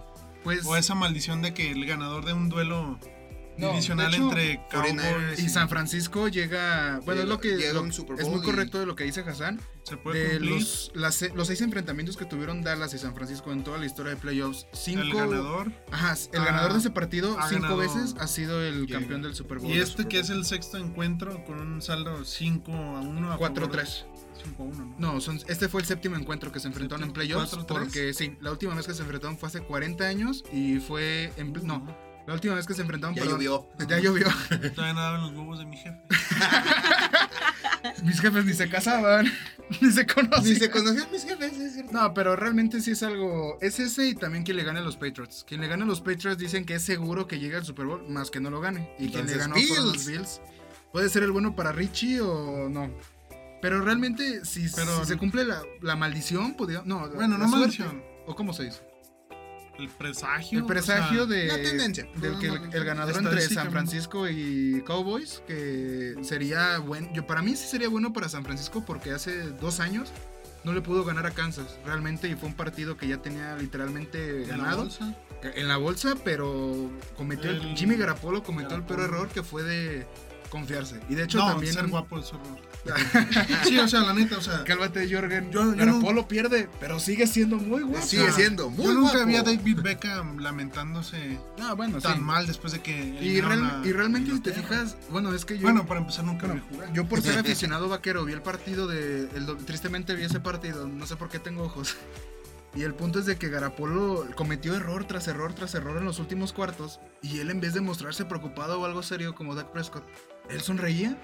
S4: Pues,
S1: o esa maldición de que el ganador de un duelo
S4: No,
S1: divisional
S4: de hecho,
S1: entre Cowboys
S4: y San Francisco llega. Bueno, es lo que.
S2: Llega
S4: lo-
S2: un Super
S4: es
S2: Bowl
S4: muy
S2: y-
S4: correcto de lo que dice Hassan.
S1: se puede
S4: De
S1: cumplir
S4: los, las se- los seis enfrentamientos que tuvieron Dallas y San Francisco en toda la historia de playoffs, cinco.
S1: el ganador
S4: Ajá, el
S1: Ah,
S4: ganador de ese partido,
S1: ha
S4: cinco
S1: ganado-
S4: veces, ha sido el
S2: Llega.
S4: campeón del Super Bowl.
S1: y este
S2: Super
S1: que
S2: Bowl.
S1: es el sexto encuentro con un saldo 5 a 1 a favor de-
S4: 4-3.
S1: 5 a 1, ¿no?
S4: No, son, este fue el séptimo encuentro que se enfrentaron en
S1: Séptimo,
S4: playoffs.
S1: cuatro, tres.
S4: Porque sí, la última vez que se enfrentaron fue hace 40 años y fue en. pl- No, la última vez que se enfrentaron.
S2: Ya
S4: perdón,
S2: llovió.
S4: Ya llovió.
S1: Todavía no daban los huevos de mi jefe.
S4: Mis jefes ni se casaban, [laughs] ni se conocían.
S2: Ni se conocían mis jefes, es cierto.
S4: No, pero realmente sí es algo. Es ese y también quien le gane a los Patriots. Quien le gane a los Patriots dicen que es seguro que llegue al Super Bowl, más que no lo gane. Y quien le
S2: Entonces,
S4: ganó fueron los
S2: Bills.
S4: Bills. Puede ser el bueno para Richie o no. Pero realmente, si,
S1: Pero-
S4: si se cumple la, la maldición, podría. No, la-
S1: Bueno,
S4: la
S1: no
S4: suerte.
S1: maldición.
S4: ¿O cómo se dice?
S1: El presagio.
S4: El presagio
S1: o sea,
S4: de.
S2: la tendencia.
S4: Del que el, el ganador entre San Francisco y Cowboys, que sería bueno. Yo, para mí sí sería bueno para San Francisco porque hace dos años no le pudo ganar a Kansas realmente y fue un partido que ya tenía literalmente
S1: de la
S4: ganado
S1: bolsa.
S4: en la bolsa, pero cometió el,
S1: El-
S4: Jimmy Garapolo cometió el peor
S1: Garapolo.
S4: error que fue de confiarse. Y de hecho
S1: no,
S4: también
S1: ser guapo es
S4: [laughs]
S1: horror. sí, o sea, la neta, o sea,
S4: Cálmate, Jorgen.
S1: Yo- yo no-
S4: Garapolo pierde, pero sigue siendo muy guapo.
S2: Sigue siendo muy
S1: yo nunca
S2: guapo.
S1: vi a David Beckham lamentándose
S4: Ah, bueno,
S1: tan
S4: sí.
S1: mal después de que
S4: Y,
S1: eliminaron
S4: real-
S1: a
S4: y realmente si te
S1: Inglaterra.
S4: fijas, bueno, es que yo
S1: Bueno, para empezar nunca
S4: Bueno,
S1: me jugué.
S4: yo por ser aficionado vaquero vi el partido de... el do- tristemente vi ese partido, no sé por qué tengo ojos. Y el punto es de que Garapolo cometió error tras error tras error en los últimos cuartos y él en vez de mostrarse preocupado o algo serio como Dak Prescott, él sonreía.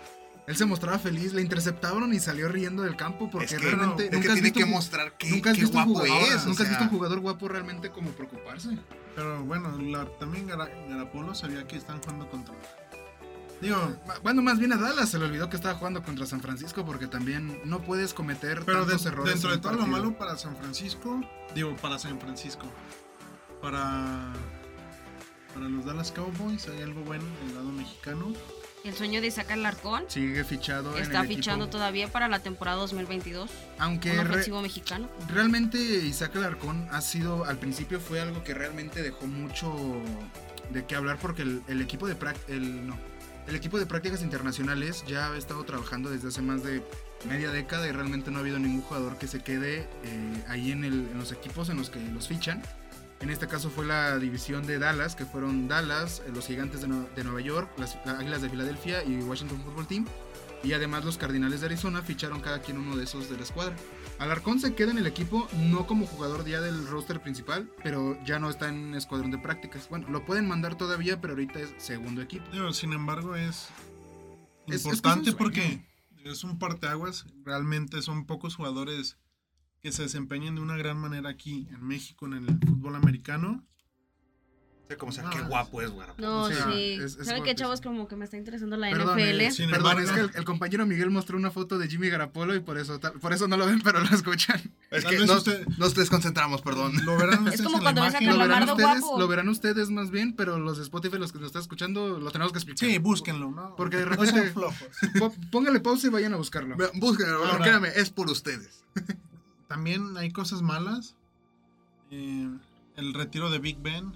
S4: Él se mostraba feliz, le interceptaron y salió riendo del campo porque
S2: Es que,
S4: realmente
S2: es que
S4: nunca has
S2: tiene
S4: visto
S2: que
S4: un-
S2: mostrar qué,
S4: nunca has
S2: qué
S4: visto un
S2: guapo es.
S4: jugador,
S2: o
S4: nunca has visto
S2: sea,
S4: un jugador guapo realmente como preocuparse.
S1: Pero bueno, la- también Gara- Garapolo sabía que están jugando contra. Digo,
S4: Ma- Bueno, más bien a Dallas se le olvidó que estaba jugando contra San Francisco porque también no puedes cometer
S1: pero de-
S4: tantos errores.
S1: dentro
S4: en
S1: de
S4: un
S1: todo lo
S4: partido.
S1: malo para San Francisco, digo, para San Francisco, para, para los Dallas Cowboys hay algo bueno del lado mexicano.
S3: El sueño de Isaac Alarcón
S4: Sigue fichado en
S3: está
S4: el equipo.
S3: fichando todavía para la temporada 2022.
S4: Aunque
S3: Un
S4: re-
S3: ofensivo mexicano.
S4: realmente Isaac Alarcón ha sido, al principio fue algo que realmente dejó mucho de qué hablar porque el, el equipo de práct- el no, el equipo de prácticas internacionales ya ha estado trabajando desde hace más de media década y realmente no ha habido ningún jugador que se quede eh, ahí en, el- en los equipos en los que los fichan. En este caso fue la división de Dallas, que fueron Dallas, eh, los Gigantes de, Nue- de Nueva York, las las Águilas de Filadelfia y Washington Football Team. Y además los Cardinales de Arizona ficharon cada quien uno de esos de la escuadra. Alarcón se queda en el equipo, no como jugador ya del roster principal, pero ya no está en escuadrón de prácticas. Bueno, lo pueden mandar todavía, pero ahorita es segundo equipo.
S1: Digo, sin embargo, es
S4: Es- es que es un
S1: importante
S4: sueño.
S1: porque es un parteaguas. Realmente son pocos jugadores que se desempeñen de una gran manera aquí en México en el fútbol americano.
S2: O sea, como sea,
S1: No,
S2: qué
S1: es-
S2: guapo es, güey.
S3: No,
S4: O sea,
S3: sí.
S4: es- es
S3: ¿Saben qué,
S4: fuerte,
S3: chavos?
S4: sí.
S3: Como que me está interesando la
S4: Perdón,
S3: NFL.
S4: eh,
S1: Sin
S4: Perdón,
S1: embargo-
S4: es que el, el compañero Miguel mostró una foto de Jimmy Garapolo y por eso, tal- por eso no lo ven, pero lo escuchan.
S2: Es
S1: Tal
S2: que
S1: vez
S2: nos,
S1: usted-
S2: nos desconcentramos, perdón.
S1: Lo verán
S3: Es
S1: ustedes
S3: como
S1: en la
S3: cuando ves a
S1: imagen.
S4: Lo
S3: Carla
S4: verán,
S3: Calamardo
S4: ustedes,
S3: guapo.
S4: lo verán ustedes más bien, pero los de Spotify, los que nos están escuchando, lo tenemos que explicar.
S1: Sí, búsquenlo, ¿no?
S4: Porque de
S1: No
S4: repente-
S1: sean flojos.
S4: [laughs] Po- Póngale pausa y vayan a buscarlo.
S2: Búsquenlo,
S1: Ahora-
S2: porque créanme, es por ustedes.
S1: También hay cosas malas. Eh, el retiro de Big Ben.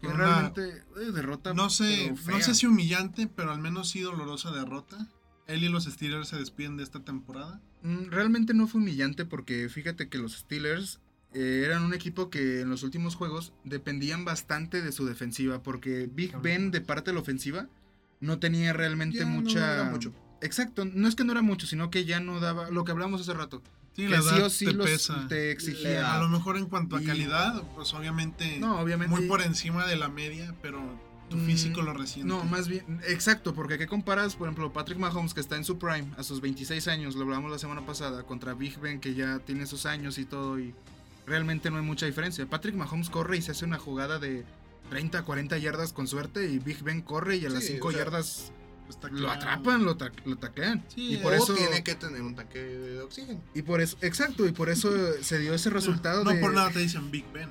S4: Que
S1: Una-
S4: realmente eh, derrota.
S1: No sé,
S4: pero
S1: no
S4: fea.
S1: sé si humillante, pero al menos sí dolorosa derrota. Él y los Steelers se despiden de esta temporada.
S4: Mm, Realmente no fue humillante porque fíjate que los Steelers eh, eran un equipo que en los últimos juegos dependían bastante de su defensiva porque Big Ben de parte de la ofensiva no tenía realmente
S2: Ya no
S4: mucha...
S2: era mucho.
S4: Exacto, no es que no era mucho, sino que ya no daba lo que hablamos hace rato.
S1: Sí,
S4: Que
S1: la
S4: sí
S1: edad
S4: o sí
S1: te
S4: los-
S1: pesa.
S4: te exigía.
S1: Eh, A lo mejor en cuanto a
S4: Y-
S1: calidad, pues obviamente
S4: No, obviamente.
S1: muy por encima de la media, pero tu
S4: Mm,
S1: físico lo resiente.
S4: No, más bien, exacto, porque ¿qué comparas, por ejemplo, Patrick Mahomes, que está en su prime, a sus 26 años, lo hablamos la semana pasada, contra Big Ben, que ya tiene sus años y todo, y realmente no hay mucha diferencia. Patrick Mahomes corre y se hace una jugada de 30, 40 yardas con suerte, y Big Ben corre y a las
S2: Sí,
S4: 5
S2: o sea,
S4: yardas
S1: Pues, Está
S4: lo
S1: claro.
S4: atrapan, lo, ta- lo taclean.
S1: Sí,
S4: y por
S2: o
S4: eso...
S2: tiene que tener un tanque de [laughs] oxígeno.
S4: Y por eso, exacto, y por eso se dio ese resultado
S1: No
S4: de... Ah,
S1: por nada te dicen Big Ben.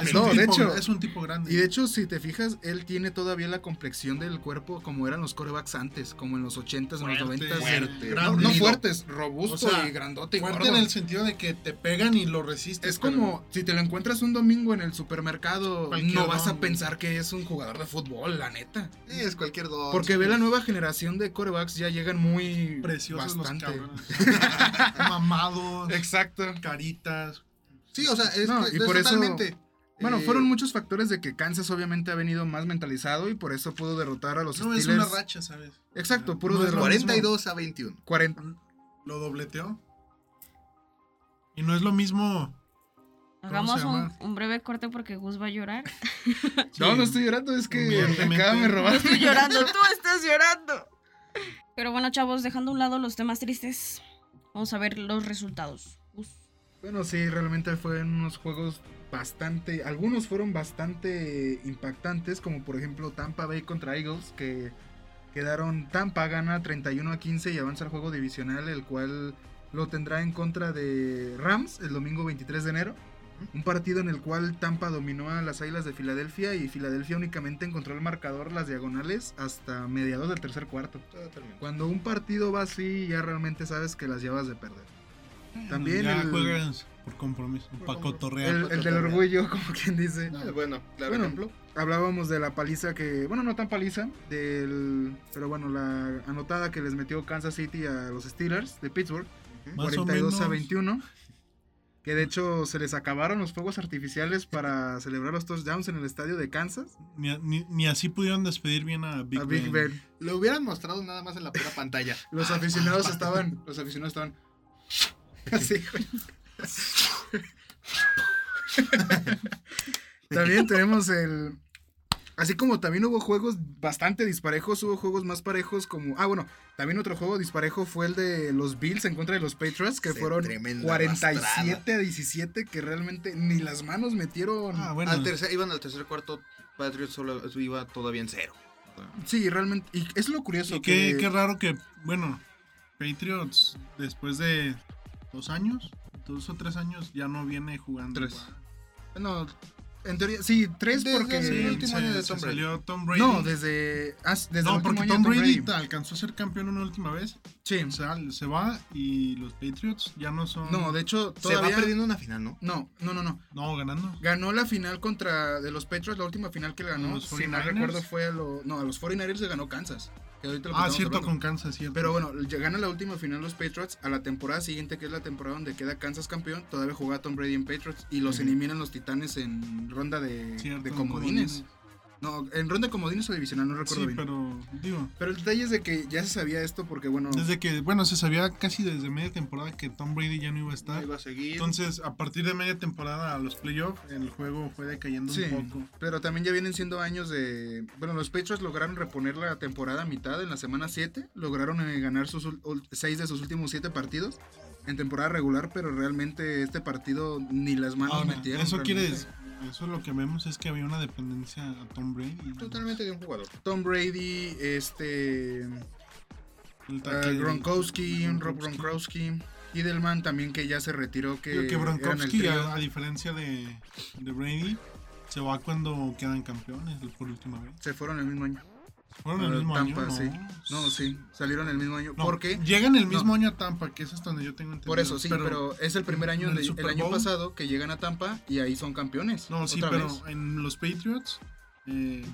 S1: Es,
S4: No,
S1: un,
S4: de
S1: tipo,
S4: hecho-
S1: es un tipo grande.
S4: Y de hecho, si te fijas, él tiene todavía la complexión del cuerpo como eran los corebacks antes, como en los 80s, en los
S1: Fuerte,
S4: 90s.
S2: fuerte,
S4: No,
S1: grande.
S4: no
S2: Unido.
S4: fuertes, robusto
S1: O sea,
S4: y grandote y
S1: Fuerte
S4: gordo.
S1: en el sentido de que te pegan y lo resistes.
S4: Es como si te lo encuentras un domingo en el supermercado,
S1: Cualquier
S4: no vas a
S1: don,
S4: pensar que es un jugador de fútbol, la neta.
S2: Es cualquier dos.
S4: Porque ve la nueva generación de corebacks, ya llegan muy
S1: pero Preciosos
S4: bastante.
S1: los cabrones.
S4: [laughs]
S1: Mamados,
S4: Exacto.
S1: caritas.
S2: Sí, o sea, es,
S4: No,
S2: que-
S4: y
S2: es
S4: por eso-
S2: totalmente.
S4: Bueno,
S2: eh,
S4: fueron muchos factores de que Kansas obviamente ha venido más mentalizado y por eso pudo derrotar a los
S1: No es una
S4: Steelers.
S1: racha, ¿sabes?
S4: Exacto, puro
S1: No es
S4: de
S1: lo
S2: 42 a 21.
S4: 40.
S1: mismo. Lo dobleteó. Y no es lo mismo.
S3: Hagamos
S1: se
S3: un,
S1: llama?
S3: un breve corte porque Gus va a llorar.
S4: No,
S1: Sí.
S4: no estoy llorando, es que
S1: Humillantemente.
S4: acá me robaste.
S3: Estoy llorando, tú estás llorando. Pero bueno, chavos, dejando a un lado los temas tristes, vamos a ver los resultados. Gus.
S4: [laughs] Bueno, sí, realmente fueron unos juegos bastante. Algunos fueron bastante impactantes, como por ejemplo Tampa Bay contra Eagles, que quedaron. Tampa gana 31 a 15 y avanza al juego divisional, el cual lo tendrá en contra de Rams el domingo 23 de enero. Un partido en el cual Tampa dominó a las Águilas de Filadelfia y Filadelfia únicamente encontró el marcador las diagonales hasta mediados del tercer cuarto.
S2: Totalmente.
S4: Cuando un partido va así, ya realmente sabes que las llevas de perder. También
S1: Ya
S4: el-
S1: juegas por compromiso. Para
S2: compromiso.
S1: cotorrear.
S4: El, el del orgullo, [laughs] como quien dice.
S2: Ah, Bueno, claro
S4: Bueno,
S2: ejemplo.
S4: Hablábamos de la paliza que, bueno, no tan paliza, del, pero bueno, la anotada que les metió Kansas City a los Steelers de Pittsburgh,
S1: Más o
S4: 42 a
S1: menos.
S4: 21. Que de hecho se les acabaron los fuegos artificiales para celebrar los touchdowns en el estadio de Kansas
S1: Ni, a- ni- ni así pudieron despedir bien a Big,
S4: a Big
S1: Ben.
S4: Ben.
S2: Lo hubieran mostrado nada más en la pura [laughs] pantalla.
S4: Los aficionados estaban, los
S2: [laughs]
S4: aficionados estaban así. güey. también tenemos el así como también hubo juegos bastante disparejos, hubo juegos más parejos como ah bueno, también otro juego disparejo fue el de los Bills en contra de los Patriots que
S2: Sí,
S4: fueron
S2: tremenda
S4: 47
S2: arrastrada.
S4: a 17 que realmente ni las manos metieron.
S1: Ah, bueno.
S2: Al tercer, iban al tercer cuarto, Patriots solo iba todavía en cero.
S4: Sí, realmente y es lo curioso
S1: Y qué,
S4: que
S1: qué raro que, bueno, Patriots después de dos años, dos o tres años, ya no viene jugando.
S4: Tres.
S1: igual.
S4: no en teoría sí, tres
S2: Desde
S4: porque
S2: el
S1: Sí,
S2: último
S1: se,
S2: año de
S1: se
S2: Tom Brady.
S1: salió Tom Brady.
S4: No, desde. ah, desde el
S1: No,
S4: último
S1: porque
S4: año de
S1: Tom Brady, alcanzó a ser campeón una última vez.
S4: Sí.
S1: O sea, se va y los Patriots ya no son.
S4: No, de hecho,
S2: Se
S4: todavía.
S2: va perdiendo una final, ¿no?
S4: No, no, no, no.
S1: no, ganando.
S4: Ganó la final contra de los Patriots, la última final que le
S1: ¿A
S4: ganó.
S1: los
S4: Si no
S1: 49ers?
S4: recuerdo fue a los. No, a los 49ers le ganó Kansas. que ahorita lo
S1: Ah,
S4: contamos
S1: cierto,
S4: al rato.
S1: con Kansas, cierto.
S4: Pero bueno, ya gana la última final los Patriots. A la temporada siguiente, que es la temporada donde queda Kansas campeón, todavía jugaba Tom Brady en Patriots y los
S1: Ujú.
S4: eliminan los Titanes en ronda de,
S1: Cierto,
S4: de
S1: en
S4: comodines. No, en ronda de comodines o divisional, no recuerdo
S1: Sí,
S4: bien. Pero...
S1: pero digo,
S4: el detalle es de que ya se sabía esto porque, bueno,
S1: desde que, bueno, se sabía casi desde media temporada que Tom Brady ya no iba a estar.
S2: Iba a seguir.
S1: Ah, Entonces, a partir de media temporada a los playoffs, el juego fue decayendo
S4: Sí,
S1: un poco.
S4: pero también ya vienen siendo años de... Bueno, los Patriots lograron reponer la temporada a mitad en la semana 7, lograron eh, ganar 6 de sus últimos 7 partidos en temporada regular, pero realmente este partido ni las manos
S1: Ahora,
S4: metieron.
S1: eso quiere
S4: realmente.
S1: decir, eso lo que vemos es que había una dependencia a Tom Brady.
S2: totalmente de un jugador.
S4: Tom Brady, este...
S1: El tackle
S4: eh,
S1: de-
S4: Gronkowski, Rob
S1: Gronkowski.
S4: Gronkowski, Edelman también que ya se retiró, que,
S1: Digo que
S4: eran el
S1: Bronkowski,
S4: trío.
S1: a, a diferencia de, de Brady, se va cuando quedan campeones por última vez.
S4: se fueron el mismo año.
S1: Fueron el
S4: A
S1: mismo
S4: Tampa,
S1: año.
S4: sí. No, sí, salieron el mismo año.
S1: No,
S4: ¿Por qué?
S1: Llegan el mismo año a Tampa, que es hasta donde yo tengo entendido.
S4: Por eso, sí, pero, es el primer año,
S1: en el
S4: de- el,
S1: Super
S4: año
S1: Bowl.
S4: pasado que llegan a Tampa y ahí son campeones.
S1: No, sí,
S4: otra
S1: pero
S4: vez.
S1: en los Patriots. eh,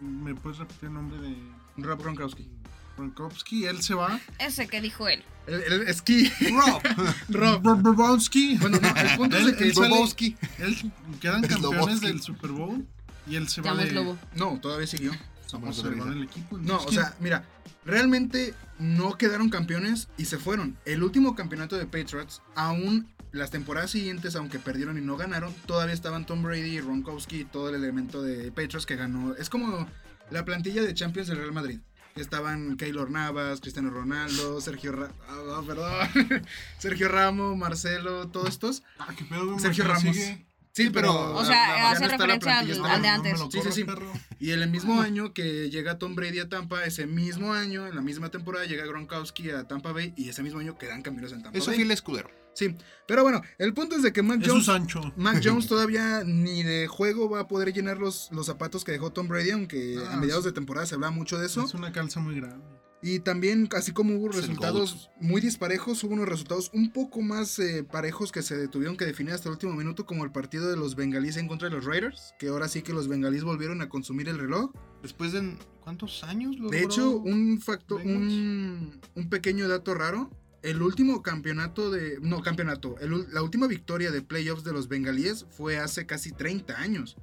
S1: ¿Me puedes repetir el nombre de
S4: Rob Gronkowski.
S1: Gronkowski? Él se va.
S3: Ese que dijo él.
S4: El, el esquí.
S1: [laughs] Rob. Rob. Gronkowski.
S4: Bueno, no, el punto es de
S1: Él- [laughs]
S4: que
S1: él
S4: él
S2: [laughs]
S4: sale-
S1: Bobowski. Él quedan
S2: Es
S1: campeones
S2: Lobowski.
S1: del Super Bowl y él se va
S3: Llamo
S1: de,
S3: es lobo.
S4: No, todavía siguió.
S1: Vamos a
S2: Vamos a
S1: salvar
S2: ver.
S1: el equipo.
S4: No,
S1: Es
S4: o
S1: que-
S4: sea, mira, realmente no quedaron campeones y se fueron. El último campeonato de Patriots, aún las temporadas siguientes, aunque perdieron y no ganaron, todavía estaban Tom Brady, Ronkowski y todo el elemento de Patriots que ganó. Es como la plantilla de Champions del Real Madrid. Estaban Keylor Navas, Cristiano Ronaldo, Sergio Ra- ah, perdón. [laughs] Sergio Ramos, Marcelo, todos estos.
S1: Ah, qué pedo, güey,
S4: Sergio
S1: Marcelo
S4: Ramos.
S1: sigue.
S4: Sí, pero.
S3: O sea, eh,
S4: ya
S3: hace
S4: no está la
S3: referencia
S4: plantilla,
S3: al-
S4: está
S1: No,
S3: al de
S1: no
S3: antes.
S1: me lo
S4: Sí, sí,
S1: corras,
S4: sí.
S1: perro.
S4: Y en el mismo año que llega Tom Brady a Tampa, ese mismo año, en la misma temporada, llega Gronkowski a Tampa Bay y ese mismo año quedan campeones en Tampa
S2: Es un
S4: Bay.
S2: fiel escudero.
S4: Sí, pero bueno, el punto es de que Mac
S1: Es un
S4: Jones,
S1: Sancho.
S4: Mac Jones todavía ni de juego va a poder llenar los, los zapatos que dejó Tom Brady, aunque
S1: Ah,
S4: a mediados
S1: sí.
S4: de temporada se hablaba mucho de eso.
S1: Es una calza muy grande.
S4: Y también, así como hubo
S2: Es el
S4: resultados muy disparejos, hubo unos resultados un poco más eh, parejos que se tuvieron que definir hasta el último minuto, como el partido de los bengalíes en contra de los Raiders, que ahora sí que los bengalíes volvieron a consumir el reloj.
S2: Después de cuántos años logró?
S4: De hecho, un facto,
S2: Bengals.
S4: un, un pequeño dato raro. El último campeonato de. No, campeonato. el ul- la última victoria de playoffs de los bengalíes fue hace casi 30 años.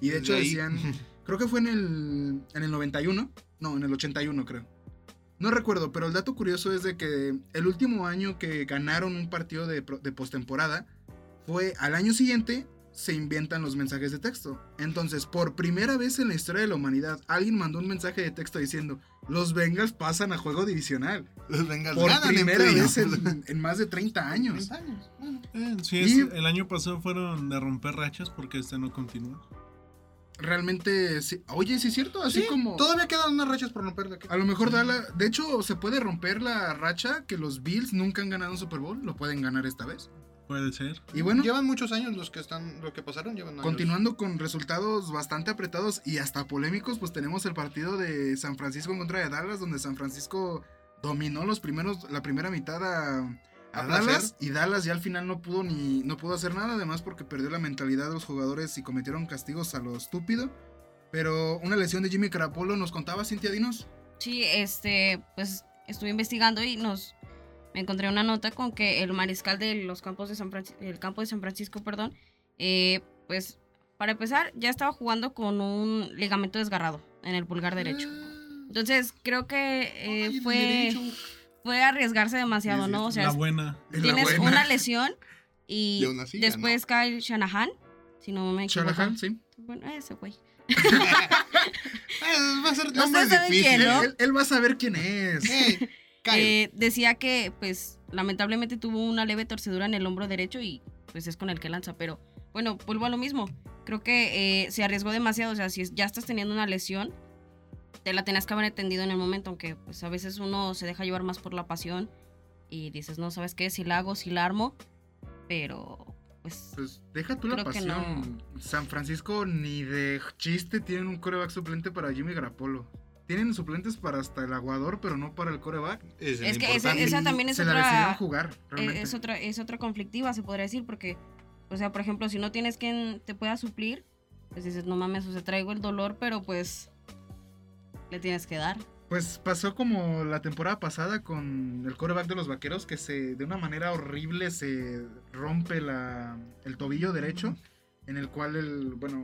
S4: Y
S2: Desde
S4: de hecho
S2: ahí. [laughs]
S4: decían. Creo que fue en el, en el 91. No, en el 81 creo. No recuerdo, pero el dato curioso es de que el último año que ganaron un partido de, pro- de postemporada fue al año siguiente se inventan los mensajes de texto. Entonces, por primera vez en la historia de la humanidad, alguien mandó un mensaje de texto diciendo, los Bengals pasan a juego divisional.
S2: Los Bengals
S4: Por
S2: Pues ganan en
S4: primera
S2: playoffs.
S4: vez
S2: [laughs]
S4: en, en más de 30 años.
S2: 30 años. Bueno,
S1: Eh, sí, es-
S4: Y-
S1: el año pasado fueron de romper rachas porque este no continúa.
S4: Realmente, sí- oye, sí es cierto, así
S2: sí,
S4: como...
S2: Todavía quedan unas rachas por romper de aquí.
S4: A lo mejor da la... De hecho, se puede romper la racha que los Bills nunca han ganado un Super Bowl. Lo pueden ganar esta vez.
S1: Puede ser.
S4: Y bueno,
S2: Llevan muchos años los que están, los que pasaron, llevan años.
S4: continuando con resultados bastante apretados y hasta polémicos, pues tenemos el partido de San Francisco en contra de Dallas, donde San Francisco dominó los primeros, la primera mitad a, a
S2: A placer.
S4: Dallas y Dallas ya al final no pudo ni no pudo hacer nada, además porque perdió la mentalidad de los jugadores y cometieron castigos a lo estúpido. Pero una lesión de Jimmy Carapolo nos contaba Cintia Dinos.
S3: Sí, este, pues estuve investigando y nos me encontré una nota con que el mariscal de los campos de San Francisco, el campo de San Francisco, perdón, eh, pues para empezar ya estaba jugando con un ligamento desgarrado en el
S2: Ah,
S3: pulgar derecho. Entonces creo que eh,
S2: Ay, el
S3: fue
S2: derecho.
S3: fue arriesgarse demasiado, ¿no? O sea,
S1: la buena.
S4: Es la
S3: tienes
S4: buena.
S3: una lesión y,
S2: Y aún así ganó.
S3: después cae Shanahan, si no me equivoco.
S4: Shanahan, sí.
S3: Bueno, ese güey.
S2: Ah, va a ser
S3: Ustedes
S2: nombres
S3: Pues saben quién,
S2: difíciles.
S3: ¿no?
S4: Él, él va a saber quién es.
S2: Eh, Kyle.
S3: Eh, decía que, pues, lamentablemente tuvo una leve torcedura en el hombro derecho y, pues, es con el que lanza. Pero, bueno, vuelvo a lo mismo. Creo que eh, se arriesgó demasiado. O sea, si es- ya estás teniendo una lesión, te la tenías que haber entendido en el momento. Aunque, pues, a veces uno se deja llevar más por la pasión y dices, no, ¿sabes qué? Si la hago, si la armo. Pero, pues,
S4: Pues deja tú la
S3: Creo que
S4: pasión. San Francisco ni de chiste tienen un coreback suplente para Jimmy Garapolo. Tienen suplentes para hasta el aguador, pero no para el coreback.
S2: Ese
S3: es
S2: el
S3: que ese-
S2: importante.
S3: esa también es
S4: Se la
S3: otra-
S4: decidieron jugar,
S3: eh,
S4: realmente.
S3: es otra, es otra conflictiva, se podría decir, porque, o sea, por ejemplo, si no tienes quien te pueda suplir, pues dices, no mames, o sea, traigo el dolor, pero pues le tienes que dar.
S4: Pues pasó como la temporada pasada con el coreback de los vaqueros, que se de una manera horrible se rompe la, el tobillo derecho, en el cual el, bueno,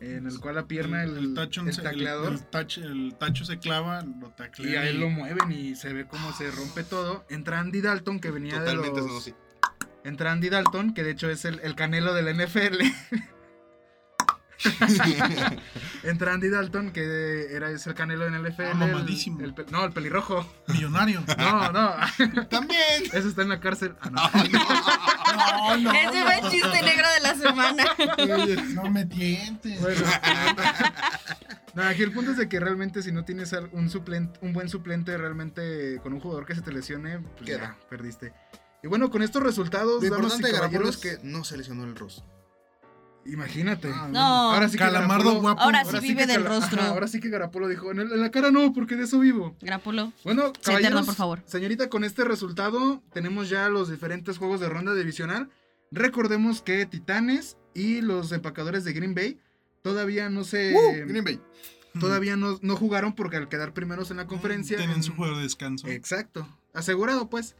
S4: en el cual la pierna
S1: el,
S4: el,
S1: el tacho,
S4: el
S1: se- el-
S4: tacleador
S1: el tacho- el tacho se clava, lo taclea.
S4: y a él
S1: y-
S4: lo [laughs] mueven y se ve cómo se rompe todo. Entra Andy Dalton que
S3: eh,
S4: venía
S2: Ah. Totalmente
S4: de
S2: eso
S4: los
S2: sí.
S4: entra Andy Dalton que de hecho es el, el canelo del NFL.
S2: [laughs]
S4: entra Andy Dalton que era es el canelo del NFL. el-
S1: mamadísimo.
S4: el pe- no, el pelirrojo.
S1: Millonario.
S2: Ah.
S4: No, no. [laughs]
S2: También.
S4: Eso está en la cárcel. Ah,
S1: no,
S4: no.
S1: no.
S3: Ese fue el chiste negro de la semana.
S1: Oye, no me tientes.
S2: [laughs]
S4: Bueno. No, aquí el punto es de que realmente si no tienes al- un suplente, un buen suplente realmente con un jugador que se te lesione, pues
S2: Queda.
S4: ya, perdiste. Y bueno, con estos resultados,
S2: Lo
S4: damas y
S2: importante de Garapolo es
S4: caballeros,
S2: que no se lesionó el rostro.
S4: Imagínate.
S3: No.
S4: Ahora sí que
S1: Calamardo
S4: Garapolo-
S1: guapo.
S3: Ahora sí
S4: Ah, ahora sí
S3: vive
S4: que
S3: del
S4: Cala-
S3: rostro.
S4: Ajá, ahora sí que Garapolo dijo, en, el- en la cara no, porque de eso vivo.
S3: Grápulo.
S4: Bueno,
S3: eterna,
S4: caballeros,
S3: por favor.
S4: señorita, con este resultado tenemos ya los diferentes juegos de ronda divisional. Recordemos que Titanes y los empacadores de Green Bay todavía no se...
S2: Uh, Green Bay.
S4: todavía no, no jugaron porque al quedar primeros en Eh, la conferencia.
S1: Tienen su juego de descanso.
S4: Exacto. Asegurado, pues.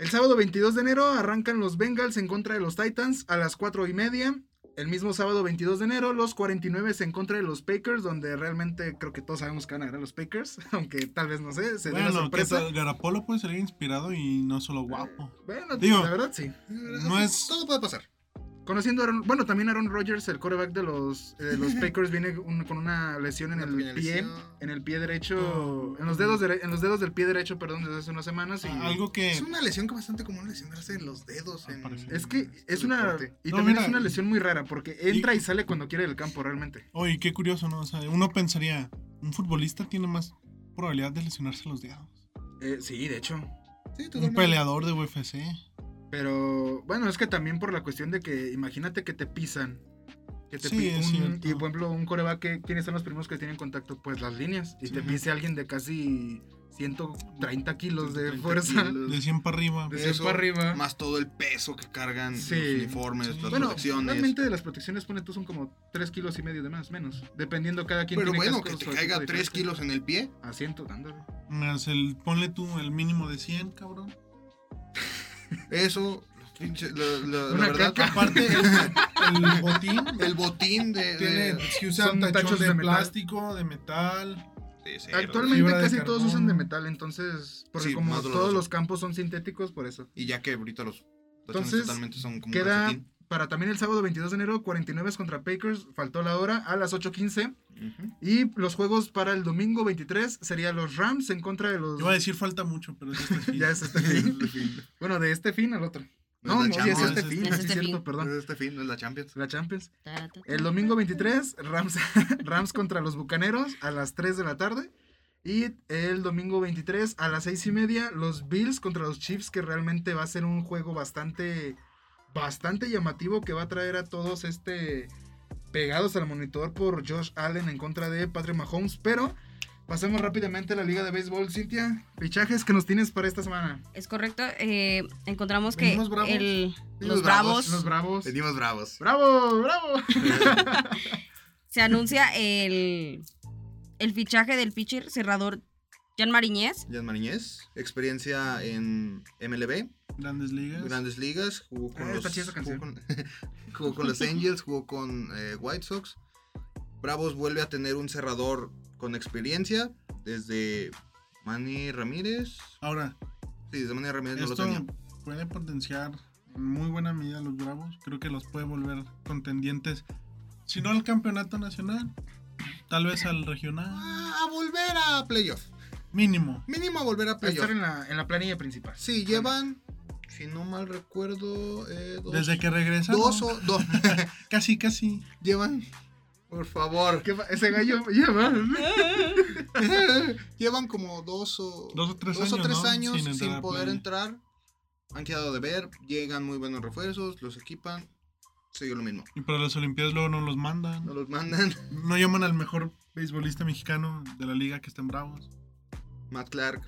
S4: El sábado 22 de enero arrancan los Bengals en contra de los Titans a las 4 y media. El mismo sábado 22 de enero, los 49 en contra de los Packers, donde realmente creo que todos sabemos que van a ganar los Packers, [laughs] aunque tal vez no sé, se dé la
S1: Bueno, que
S4: sorpresa.
S1: tal, Garapolo puede salir inspirado y no solo guapo.
S4: Bueno,
S1: Digo-
S4: la verdad sí.
S1: No es-
S2: Todo puede pasar.
S4: Conociendo a Aaron, bueno, también Aaron Rodgers, el quarterback de los, eh,
S1: [laughs]
S4: de los Packers, viene un- con una lesión en
S2: Una
S4: el
S2: pequeña
S4: pie. Eh,
S2: lesión.
S4: en el pie derecho,
S1: Oh.
S4: en los dedos dere- en los dedos del pie derecho, perdón, desde hace unas semanas y
S1: Ah, Algo que.
S2: Es una lesión que bastante común lesionarse en los dedos. En...
S1: Aparece.
S4: es que
S2: este
S4: es una
S2: deporte.
S4: y
S1: No,
S4: también
S1: mira,
S4: es una lesión muy rara porque entra y, sale cuando quiere del campo realmente.
S1: Oye, qué curioso, ¿no? O sea, uno pensaría, un futbolista tiene más probabilidad de lesionarse los dedos.
S4: Eh, sí, de hecho.
S2: Sí,
S1: Un
S2: totalmente.
S1: peleador de UFC.
S4: Pero bueno, es que también por la cuestión de que imagínate que te pisan. Que te
S1: Sí,
S4: pi-
S1: es
S4: un-
S1: cierto.
S4: y por ejemplo, un coreback, que- ¿quiénes son los primeros que tienen contacto? Pues las líneas. Y te
S1: Ujú.
S4: pise alguien de casi 130 kilos de
S2: 130
S4: fuerza.
S2: kilos.
S1: De 100 para arriba.
S4: De cien para arriba.
S2: Más todo el peso que cargan
S4: Sí.
S2: los uniformes,
S1: Sí.
S2: las
S4: [laughs] Bueno,
S2: protecciones.
S4: realmente de las protecciones, pone tú, son como 3 kilos y medio de más, menos. Dependiendo cada quien.
S2: Pero
S4: tiene
S2: bueno, que
S4: cascos
S2: te
S4: o equipo
S2: caiga 3
S4: diferente.
S2: kilos en el pie.
S4: Asiento, ándale.
S1: Más el, ponle tú el mínimo de 100, cabrón.
S2: Eso, los pinches- la, la- la
S4: Una
S2: verdad,
S4: caca.
S1: Aparte, el, el botín
S2: [laughs] el botín de.
S1: tiene,
S2: de-
S1: si usan
S4: Son
S1: Eh, tachos
S4: tachos
S1: de,
S4: de metal.
S1: plástico, de metal.
S2: de cera,
S4: Actualmente
S1: Fibra de
S4: casi todos
S1: carbón.
S4: usan de metal, entonces, porque
S2: Sí,
S4: como
S2: más doloroso.
S4: todos los campos son sintéticos, por eso.
S2: Y ya que ahorita los tachones
S4: Entonces,
S2: totalmente son como
S4: Queda
S2: calcetín.
S4: para también el sábado 22 de enero, 49 contra Packers, faltó la hora a las 8.15. [laughs]
S2: Ujú.
S4: Y los juegos para el domingo 23 serían los Rams en contra de los...
S1: Yo iba a decir falta mucho, pero es este [laughs] fin.
S4: Ya es
S2: [laughs]
S4: este fin. bueno, de este fin al otro. No,
S2: es
S4: no,
S2: la
S4: sí, es
S2: Champions,
S4: este
S1: es-
S4: fin,
S3: es
S4: sí,
S3: este
S4: cierto,
S3: fin.
S2: no
S4: perdón.
S2: es este fin, no es la Champions.
S4: La Champions.
S3: Ta, ta, ta.
S4: El domingo 23, Rams, [laughs] Rams contra los Bucaneros a las 3 de la tarde. Y el domingo 23 a las 6 y media, los Bills contra los Chiefs, que realmente va a ser un juego bastante, bastante llamativo que va a traer a todos este pegados al monitor por Josh Allen en contra de Patrick Mahomes. Pero pasemos rápidamente a la Liga de Béisbol, Cintia. Fichajes que nos tienes para esta semana.
S3: Es correcto. eh, encontramos que
S1: Venimos bravos.
S3: el-
S2: Venimos
S3: los bravos,
S4: Los Bravos.
S2: Venimos bravos.
S4: ¡Bravo! ¡Bravo!
S3: se anuncia el, el fichaje del pitcher cerrador Jan Mariñez.
S2: Jan Mariñez, experiencia en MLB,
S1: Grandes ligas.
S2: Grandes Ligas, jugó con
S4: Ah,
S2: los
S4: está chida esa
S2: jugó
S4: canción.
S2: con, [laughs] jugó con los Angels, jugó con eh, White Sox. Bravos vuelve a tener un cerrador con experiencia desde Manny Ramírez.
S1: Ahora,
S2: Sí, desde Manny Ramírez no lo
S1: esto
S2: tenía.
S1: puede potenciar en muy buena medida a los Bravos. Creo que los puede volver contendientes. Si no al campeonato nacional, tal vez al regional.
S2: A volver a playoff.
S1: Mínimo.
S2: Mínimo a volver a
S4: Va a estar
S2: playoff.
S4: en la, en la planilla principal.
S2: Sí, llevan, si no mal recuerdo, eh, dos,
S1: Desde que regresaron.
S2: dos o dos. [laughs]
S1: Casi, casi.
S2: llevan, por favor, [laughs]
S4: ¿Qué fa- ese gallo lleva.
S2: Llevan como dos o,
S1: Dos o tres años, ¿no?
S2: años
S1: Sin
S2: sin,
S1: entrar a
S2: poder
S1: play.
S2: entrar. Han quedado de ver, llegan muy buenos refuerzos, los equipan. Sigue lo mismo.
S1: Y para las Olimpiadas luego no los mandan.
S2: No los mandan. [laughs]
S1: No llaman al mejor beisbolista mexicano de la liga que estén bravos.
S2: Matt Clark.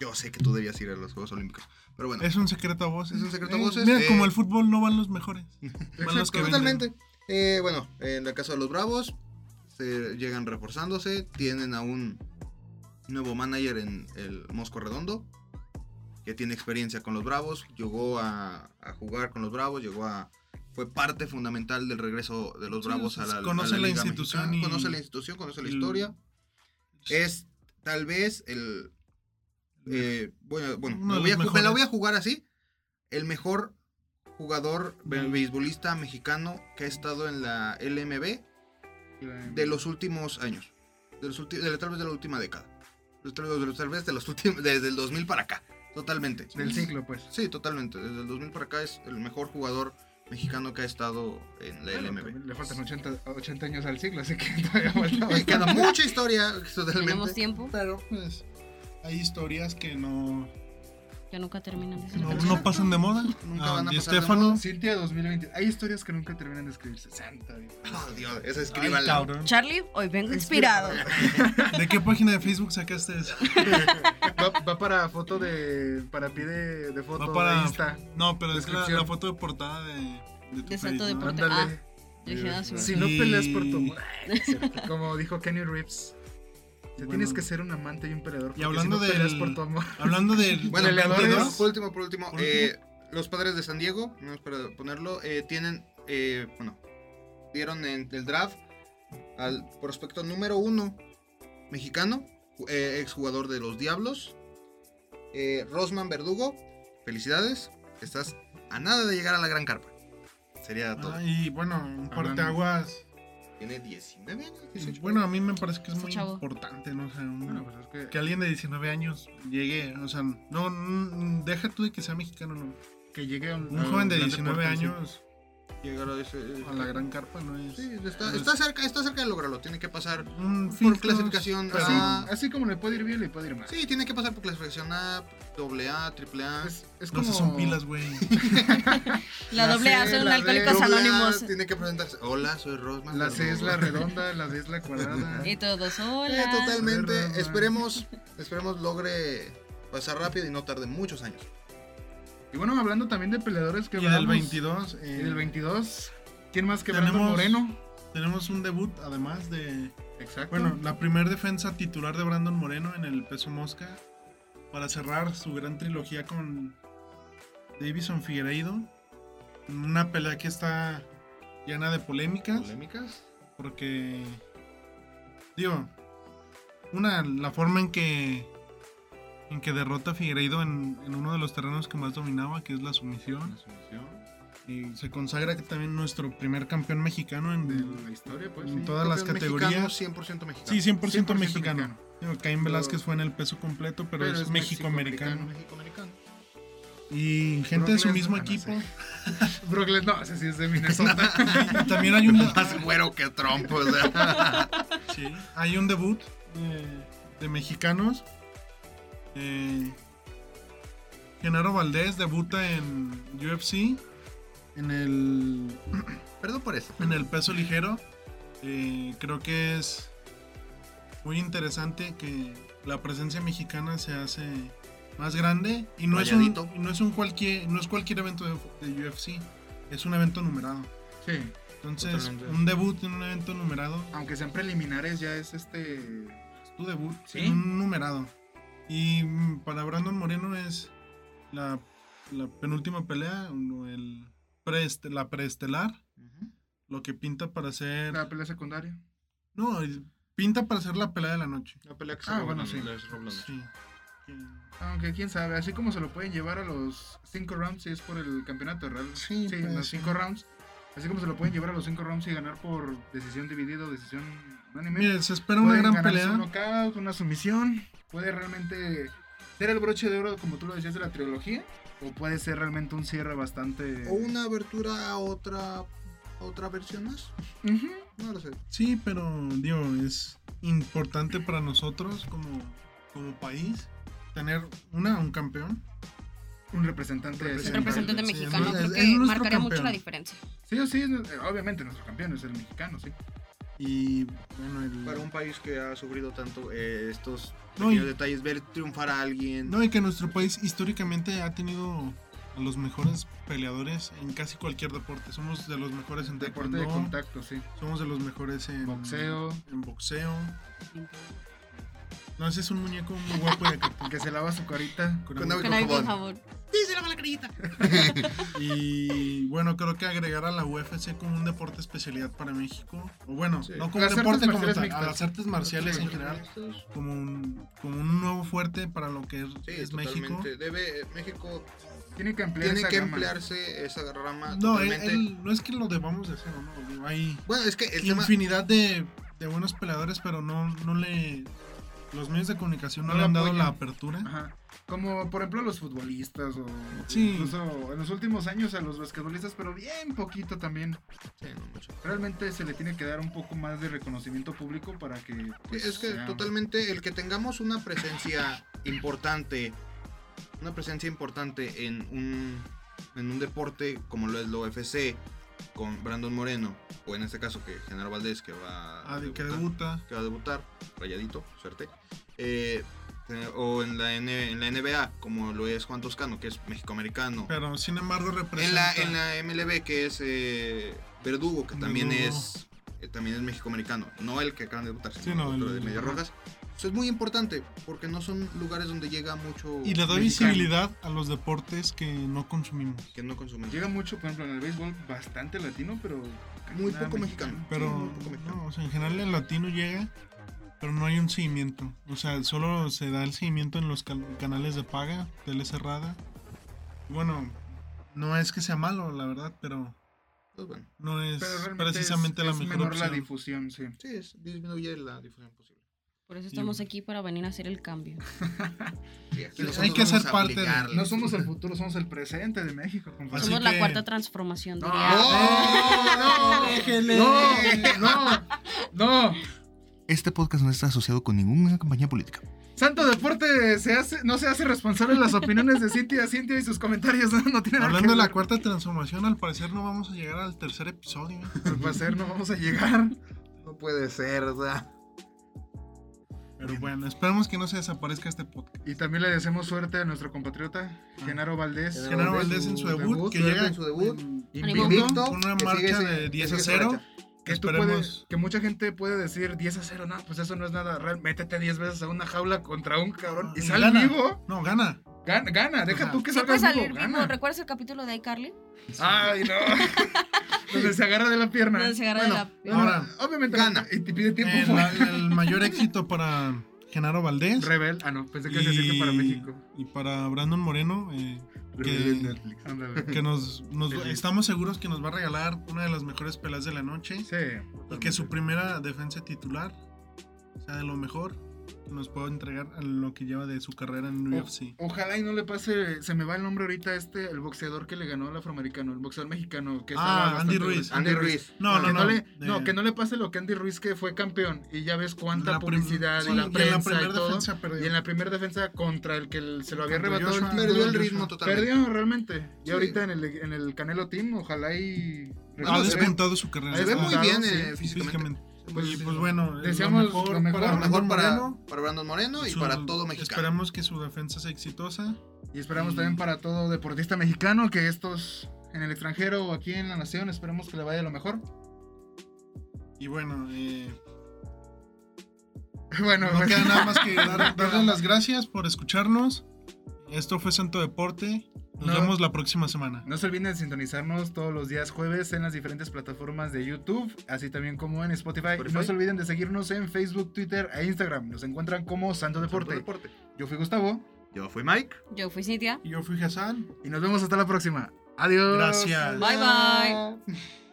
S2: Yo sé que tú debías ir a los Juegos Olímpicos. Pero bueno,
S1: Es un secreto a voces.
S2: Es un secreto a
S1: Eh,
S2: voces,
S1: Mira,
S2: eh.
S1: como el fútbol no van los mejores. Van los
S4: Exacto.
S1: que venden.
S2: totalmente. Eh, bueno, en el caso de los Bravos, se llegan reforzándose. Tienen a un nuevo manager en el Mosco Redondo. Que tiene experiencia con los Bravos. Llegó a, a jugar con los Bravos. Llegó a fue parte fundamental del regreso de los
S1: Sí,
S2: Bravos
S1: sí,
S2: a la,
S1: conoce
S2: a
S1: la
S2: Liga
S1: institución
S2: Mexicana.
S1: y-
S2: conoce la institución, conoce la
S1: y-
S2: historia. Es tal vez el. eh, bueno, bueno
S1: Uno de
S2: me, voy
S1: los
S2: a ju- me la
S1: mejores.
S2: voy a jugar así. El mejor jugador be-
S1: Mm.
S2: beisbolista mexicano que ha estado en la LMB de los últimos años. De los ulti- de- tal vez de la última década. De- Tal vez, de- tal vez de los últimos, [laughs] desde el 2000 para acá. Totalmente.
S4: Del ciclo, pues.
S2: Sí, totalmente. Desde el 2000 para acá es el mejor jugador mexicano que ha estado en la
S4: Bueno,
S2: LMB.
S4: también Le faltan 80, 80 años al ciclo, así que [laughs] todavía falta
S2: Eh, Queda mucha historia,
S3: Tenemos
S2: totalmente.
S3: tiempo,
S1: Pero pues hay historias que no,
S3: ya nunca terminan de ser
S1: no,
S2: Exacto.
S1: no pasan de moda.
S2: Nunca
S1: Ah,
S2: van a
S1: Di
S2: pasar de
S1: Stefano.
S2: moda.
S4: Cintia 2020. Hay historias que nunca terminan de escribirse. Santa Dios.
S2: Oh, Dios, esa
S1: Ay,
S2: escríbanla.
S1: cabrón.
S3: Charlie, hoy vengo inspirado.
S1: [laughs] ¿De qué página de Facebook sacaste eso?
S4: va, va para foto de. Para pie de, de foto.
S1: Va
S4: para...
S1: para-
S4: Ahí está.
S1: No, pero es la,
S4: Descripción.
S1: la foto de portada de, de tu
S3: De
S1: Face,
S3: Santo
S1: ¿no?
S3: Deporte.
S4: Ándale.
S3: dije, ah, sí.
S4: si no peleas por tu
S1: Y-
S4: amor. Ay, es cierto. Como dijo Kenny Reeves. te
S1: Bueno.
S4: Tienes que ser un amante y un peleador. porque
S1: hablando
S4: si no
S1: del-
S4: peleas por tu amor.
S1: Hablando del
S2: Bueno,
S1: del
S4: Peleadores.
S1: 22,
S2: por último, por último,
S1: Por
S2: eh, los padres de San Diego, no es para ponerlo, eh, tienen, eh, bueno, dieron en el draft al prospecto número uno mexicano, ju- eh, exjugador de los Diablos, eh, Rosman Verdugo. Felicidades, estás a nada de llegar a la gran carpa. Sería todo.
S1: Ah, y bueno, un parteaguas.
S2: Tiene 19 años, 18.
S1: Bueno, a mí me parece que es
S3: Ese
S1: muy
S3: chavo.
S1: importante, ¿no? O sea, un-
S4: Bueno, pues es que-
S1: que alguien de 19 años llegue, o sea, no, mm, deja tú de que sea mexicano, no.
S4: que llegue un,
S1: Un
S4: a
S1: joven de
S4: gran
S1: 19
S4: deporte, sí.
S1: años
S2: llegar a ese.
S1: a la gran carpa no es.
S2: Sí, está,
S1: no es-
S2: está cerca, está cerca de lograrlo. Tiene que pasar
S1: un
S2: por
S1: filtros,
S2: clasificación.
S1: pero-
S2: a-
S4: Así como le puede ir bien, le puede ir mal.
S2: Sí, tiene que pasar por clasificación A, doble A, triple A.
S4: Es, es
S1: No
S4: como.
S1: se son pilas,
S4: [laughs]
S1: güey.
S3: La
S4: La
S3: doble A
S4: C,
S3: son
S4: la D,
S3: alcohólicos
S2: Doble A,
S3: anónimos.
S2: Tiene que presentarse. Hola, soy Rosman.
S4: La C es la
S2: Verdugo.
S4: redonda, la D es la cuadrada.
S3: [laughs] Y todos,
S2: Eh,
S3: hola.
S2: totalmente.
S4: Soy Rosman.
S2: Esperemos, esperemos logre pasar rápido y no tarde muchos años.
S4: Y bueno, hablando también de peleadores que
S1: Y del
S4: hablamos,
S1: 22, eh,
S4: Y del 22. ¿Quién más que Brandon
S1: Tenemos-
S4: Moreno?
S1: tenemos un debut, además de.
S4: Exacto.
S1: Bueno, la primer defensa titular de Brandon Moreno en el peso mosca. Para cerrar su gran trilogía con Davison Figueiredo. Una pelea que está llena de polémicas.
S2: ¿Polémicas?
S1: Porque. Digo. Una, la forma en que. En que derrota a Figueiredo en, en uno de los terrenos que más dominaba, que es la sumisión. Y se consagra que también nuestro primer campeón mexicano en.
S4: de la historia, pues.
S1: En
S4: sí.
S1: todas las
S2: Campeón
S1: categorías.
S2: Mexicano, 100% mexicano.
S1: Sí, 100%,
S4: 100%
S1: mexicano.
S4: mexicano.
S1: Digo, Caín
S4: Pero-
S1: Velázquez fue en el peso completo, pero,
S4: pero
S1: es,
S4: es
S1: México-americano.
S2: México-americano.
S1: Y gente de su
S4: Lesnar,
S1: mismo
S4: ah, no
S1: equipo.
S4: Brock Lesnar, no, ese sí es de Minnesota.
S1: [laughs]
S4: [laughs]
S1: Y también hay un,
S2: Más güero que trompo. o sea.
S1: Sí, hay un debut eh, de mexicanos. Eh, Genaro Valdés debuta en UFC en el,
S2: [laughs] Perdón por eso.
S1: en el peso ligero. Eh, creo que es muy interesante que la presencia mexicana se hace más grande y no es un,
S2: Rayadito.
S1: y no es un cualquier no es cualquier evento de, de UFC es un evento numerado
S4: sí.
S1: entonces
S2: Totalmente.
S1: un debut en un evento numerado
S4: Aunque sean preliminares, ya es este.
S1: tu debut
S4: Sí.
S1: en un numerado. Y mm, para Brandon Moreno es la, la penúltima pelea, uno, el preest- la preestelar, lo que pinta para ser...
S4: La pelea secundaria.
S1: No, el- pinta para ser la pelea de la noche.
S2: La pelea que
S4: Ah, bueno, sí.
S1: Sí. Que-
S4: Aunque quién sabe, así como se lo pueden llevar a los 5 rounds si es por el campeonato, ¿verdad?
S1: Sí,
S4: sí
S1: pues,
S4: los
S1: sí.
S4: 5 rounds. Así como se lo pueden llevar a los 5 rounds y ganar por decisión dividida o decisión unánime.
S1: Mira, se espera una
S4: Pueden
S1: gran
S4: ganarse
S1: pelea.
S4: Un knockout, una sumisión. Puede realmente ser el broche de oro, como tú lo decías, de la trilogía. O puede ser realmente un cierre bastante.
S2: O una abertura a otra, a otra versión más.
S4: Ujú.
S2: No lo sé.
S1: Sí, pero digo, es importante para nosotros como, como país tener una, un campeón.
S4: Un representante.
S1: Sí,
S4: de
S3: Un
S4: ese
S3: representante
S1: sí,
S3: mexicano,
S1: es-
S3: creo
S1: es
S3: que
S1: nuestro
S3: marcaría mucho
S1: campeón.
S3: la diferencia.
S4: nivel. Sí, o sí, eh, obviamente nuestro campeón es el mexicano, sí.
S1: Y bueno, el...
S2: Para un país que ha sufrido tanto eh, estos
S1: No,
S2: pequeños
S1: y-
S2: detalles, ver triunfar a alguien.
S1: No, y que nuestro país históricamente ha tenido a los mejores peleadores en casi cualquier deporte. Somos de los mejores en
S4: Deporte de
S1: taekwondo,
S4: contacto, sí.
S1: somos de los mejores en
S4: Boxeo.
S1: en boxeo, No, ese es un muñeco muy guapo de
S4: [laughs]
S1: Acapulco.
S4: Que se lava su carita.
S1: con
S2: Con
S1: agua.
S2: agua.
S3: Con algo
S2: jabón.
S3: con jabón.
S1: Y bueno, creo que agregar a la UFC como un deporte especialidad para México. O bueno,
S2: Sí.
S1: no como
S4: Las
S1: un deporte
S4: artes
S1: como
S4: marciales
S1: tal,
S4: mixtas.
S1: a las artes marciales en general. Como un, como un nuevo fuerte para lo que es,
S2: Sí,
S1: es
S2: totalmente.
S1: México.
S2: Debe, eh, México
S4: Tiene que emplear
S2: tiene
S4: esa
S2: que
S4: gama.
S2: emplearse esa rama
S1: No, él-
S2: totalmente.
S1: él- no es que lo debamos de hacer, ¿no? Digo, hay
S2: Bueno, es que el tema...
S1: infinidad de, de buenos peleadores, pero no, no le... Los medios de comunicación no,
S4: No
S1: le
S4: lo
S1: han dado
S4: apoyan.
S1: la apertura.
S4: Ajá. Como por ejemplo los futbolistas o
S1: Sí.
S4: incluso en los últimos años a los basquetbolistas, pero bien poquito también.
S2: Sí, no mucho.
S4: Realmente se le tiene que dar un poco más de reconocimiento público para que... pues,
S2: es que
S4: sea-
S2: totalmente el que tengamos una presencia importante, una presencia importante en un, en un deporte como lo es la UFC, con Brandon Moreno, o en este caso que Genaro Valdés que va
S1: Ah, de que
S2: debutar,
S1: debuta.
S2: que va a debutar, rayadito, suerte, eh, eh, o en la, N en la NBA como lo es Juan Toscano, que es mexicoamericano,
S1: Pero sin embargo
S2: en la,
S1: representa...
S2: en la MLB que es eh, Verdugo, que también
S1: Verdugo.
S2: es eh, también es México-americano, no el que acaban de votar, sino
S1: no,
S2: otro
S1: el-
S2: de Medias
S1: ajá.
S2: Rojas. Eso es muy importante porque no son lugares donde llega mucho
S1: Y le da
S4: Mexicano.
S1: visibilidad a los deportes que no consumimos.
S2: que no consumen.
S4: Llega mucho, por ejemplo, en el béisbol bastante latino, pero...
S2: Muy
S4: nada
S2: poco mexicano.
S1: Pero
S2: Sí, un poco mexicano.
S1: no, o sea, en general el latino llega, pero no hay un seguimiento. O sea, solo se da el seguimiento en los can- canales de paga, tele cerrada. Bueno, no es que sea malo, la verdad, pero
S2: Pues bueno,
S1: no es
S4: Pero realmente
S1: precisamente
S4: es-
S1: la
S4: es
S1: mejor
S4: menor
S1: opción.
S4: la difusión, sí.
S2: sí, es disminuye la difusión posible.
S3: Por eso estamos aquí para venir a hacer el cambio.
S2: Sí, aquí
S1: Hay
S2: nosotros
S1: que ser
S2: vamos a
S1: parte de-
S2: obligarles.
S4: No somos el futuro, somos el presente de México, compadre.
S1: Así
S3: Somos la
S1: que-
S3: cuarta transformación,
S4: No.
S3: diría.
S2: ¡No! ¡No!
S1: Déjele.
S4: No, no,
S1: [laughs]
S4: no.
S2: Este podcast no está asociado con ninguna campaña política.
S4: Santo Deporte se hace, no se hace responsable de las opiniones de [laughs] Cintia, Cintia y sus comentarios. No, no tiene nada
S1: Hablando de
S4: que
S1: la
S4: ver.
S1: cuarta transformación, al parecer no vamos a llegar al tercer episodio.
S4: Al parecer no vamos pues, a llegar.
S2: No puede ser, o sea.
S1: Pero bueno, esperemos que no se desaparezca este podcast.
S4: Y también le deseamos suerte a nuestro compatriota, Genaro Valdés.
S1: Genaro Valdés en su debut, que
S2: suerte
S1: llega
S2: en su debut.
S3: Invicto,
S1: Invicto, con una
S2: que sigue
S1: marcha
S2: ese-
S1: de
S2: que
S1: 10 a
S2: sigue esa
S1: 0.
S2: racha.
S4: Que, tú
S1: Esperemos.
S4: puedes- que mucha gente puede decir 10 a 0, no, pues eso no es nada real. Métete 10 veces a una jaula contra un cabrón y
S1: Y
S4: sal
S1: gana.
S4: vivo.
S1: No, gana.
S4: Gana, gana, deja
S1: Ajá.
S4: tú que
S3: Sí puede
S4: salgas
S3: salir
S4: vivo,
S3: vivo.
S4: gana.
S3: ¿Recuerdas el capítulo de iCarly?
S4: Ay,
S3: [laughs]
S4: no. Donde se agarra de la pierna.
S3: Donde se agarra de la pierna.
S1: ahora,
S4: obviamente
S2: gana.
S4: Y te pide tiempo.
S1: El, el mayor éxito para Genaro Valdés.
S4: Rebel. Ah, no, pensé que se decía que para México.
S1: y para Brandon Moreno, eh,
S4: Rebel en Netflix. Ándale. [laughs]
S1: que nos, nos-
S4: Sí, sí.
S1: estamos seguros que nos va a regalar una de las mejores pelas de la noche.
S4: Sí.
S1: Y que su primera defensa titular sea de lo mejor que nos pueda entregar a lo que lleva de su carrera en
S4: O-
S1: UFC.
S4: ojalá y no le pase. Se me va el nombre ahorita este, el boxeador que le ganó al afroamericano, el boxeador mexicano. Que
S1: Ah,
S4: estaba bastante
S1: Andy Ruiz.
S4: grueso.
S2: Andy Ruiz.
S1: No,
S4: que
S1: no,
S4: no,
S1: no.
S4: le,
S1: de-
S4: no, que no le pase lo que Andy Ruiz que fue campeón y ya ves cuánta
S1: la prim-
S4: publicidad
S1: sí,
S4: y la prensa y,
S1: primera
S4: todo.
S1: defensa perdió.
S4: Y en la primera defensa contra el que el- se lo había
S1: Contra
S4: arrebatado el
S1: Joshua.
S4: título.
S2: Perdió el
S1: Joshua.
S2: ritmo totalmente.
S4: Perdió realmente. Y
S2: Sí.
S4: ahorita en el, en el Canelo Team, ojalá y.
S1: ha
S2: no, se ve-
S1: despuntado su carrera.
S4: se ve muy
S1: Ah,
S4: bien,
S1: sí,
S2: eh,
S1: físicamente.
S2: físicamente.
S1: Pues, pues bueno, es
S4: Deseamos lo mejor.
S1: para
S2: Lo mejor
S1: Brandon
S2: para,
S1: Moreno.
S2: para Brandon Moreno y
S1: Su-
S2: para todo mexicano.
S1: Esperamos que su defensa sea exitosa.
S4: Y esperamos
S1: Y-
S4: también para todo deportista mexicano que estos en el extranjero o aquí en la nación, esperemos que le vaya lo mejor. [laughs]
S1: Y bueno, eh,
S4: Bueno,
S1: no
S4: pues,
S1: queda nada
S4: [laughs]
S1: más que dar- darles las gracias por escucharnos. Esto fue Santo Deporte. Nos
S4: No.
S1: vemos la próxima semana.
S4: no se olviden de sintonizarnos todos los días jueves en las diferentes plataformas de YouTube, así también como en Spotify.
S2: Spotify.
S4: No se olviden de seguirnos en Facebook, Twitter e Instagram. Nos encuentran como Santo Deporte.
S2: Deporte.
S4: Yo fui Gustavo
S2: Yo fui Mike.
S3: Yo fui Cintia.
S1: Yo fui Hassan.
S4: y nos vemos hasta la próxima. Adiós.
S1: Gracias.
S3: Bye, bye.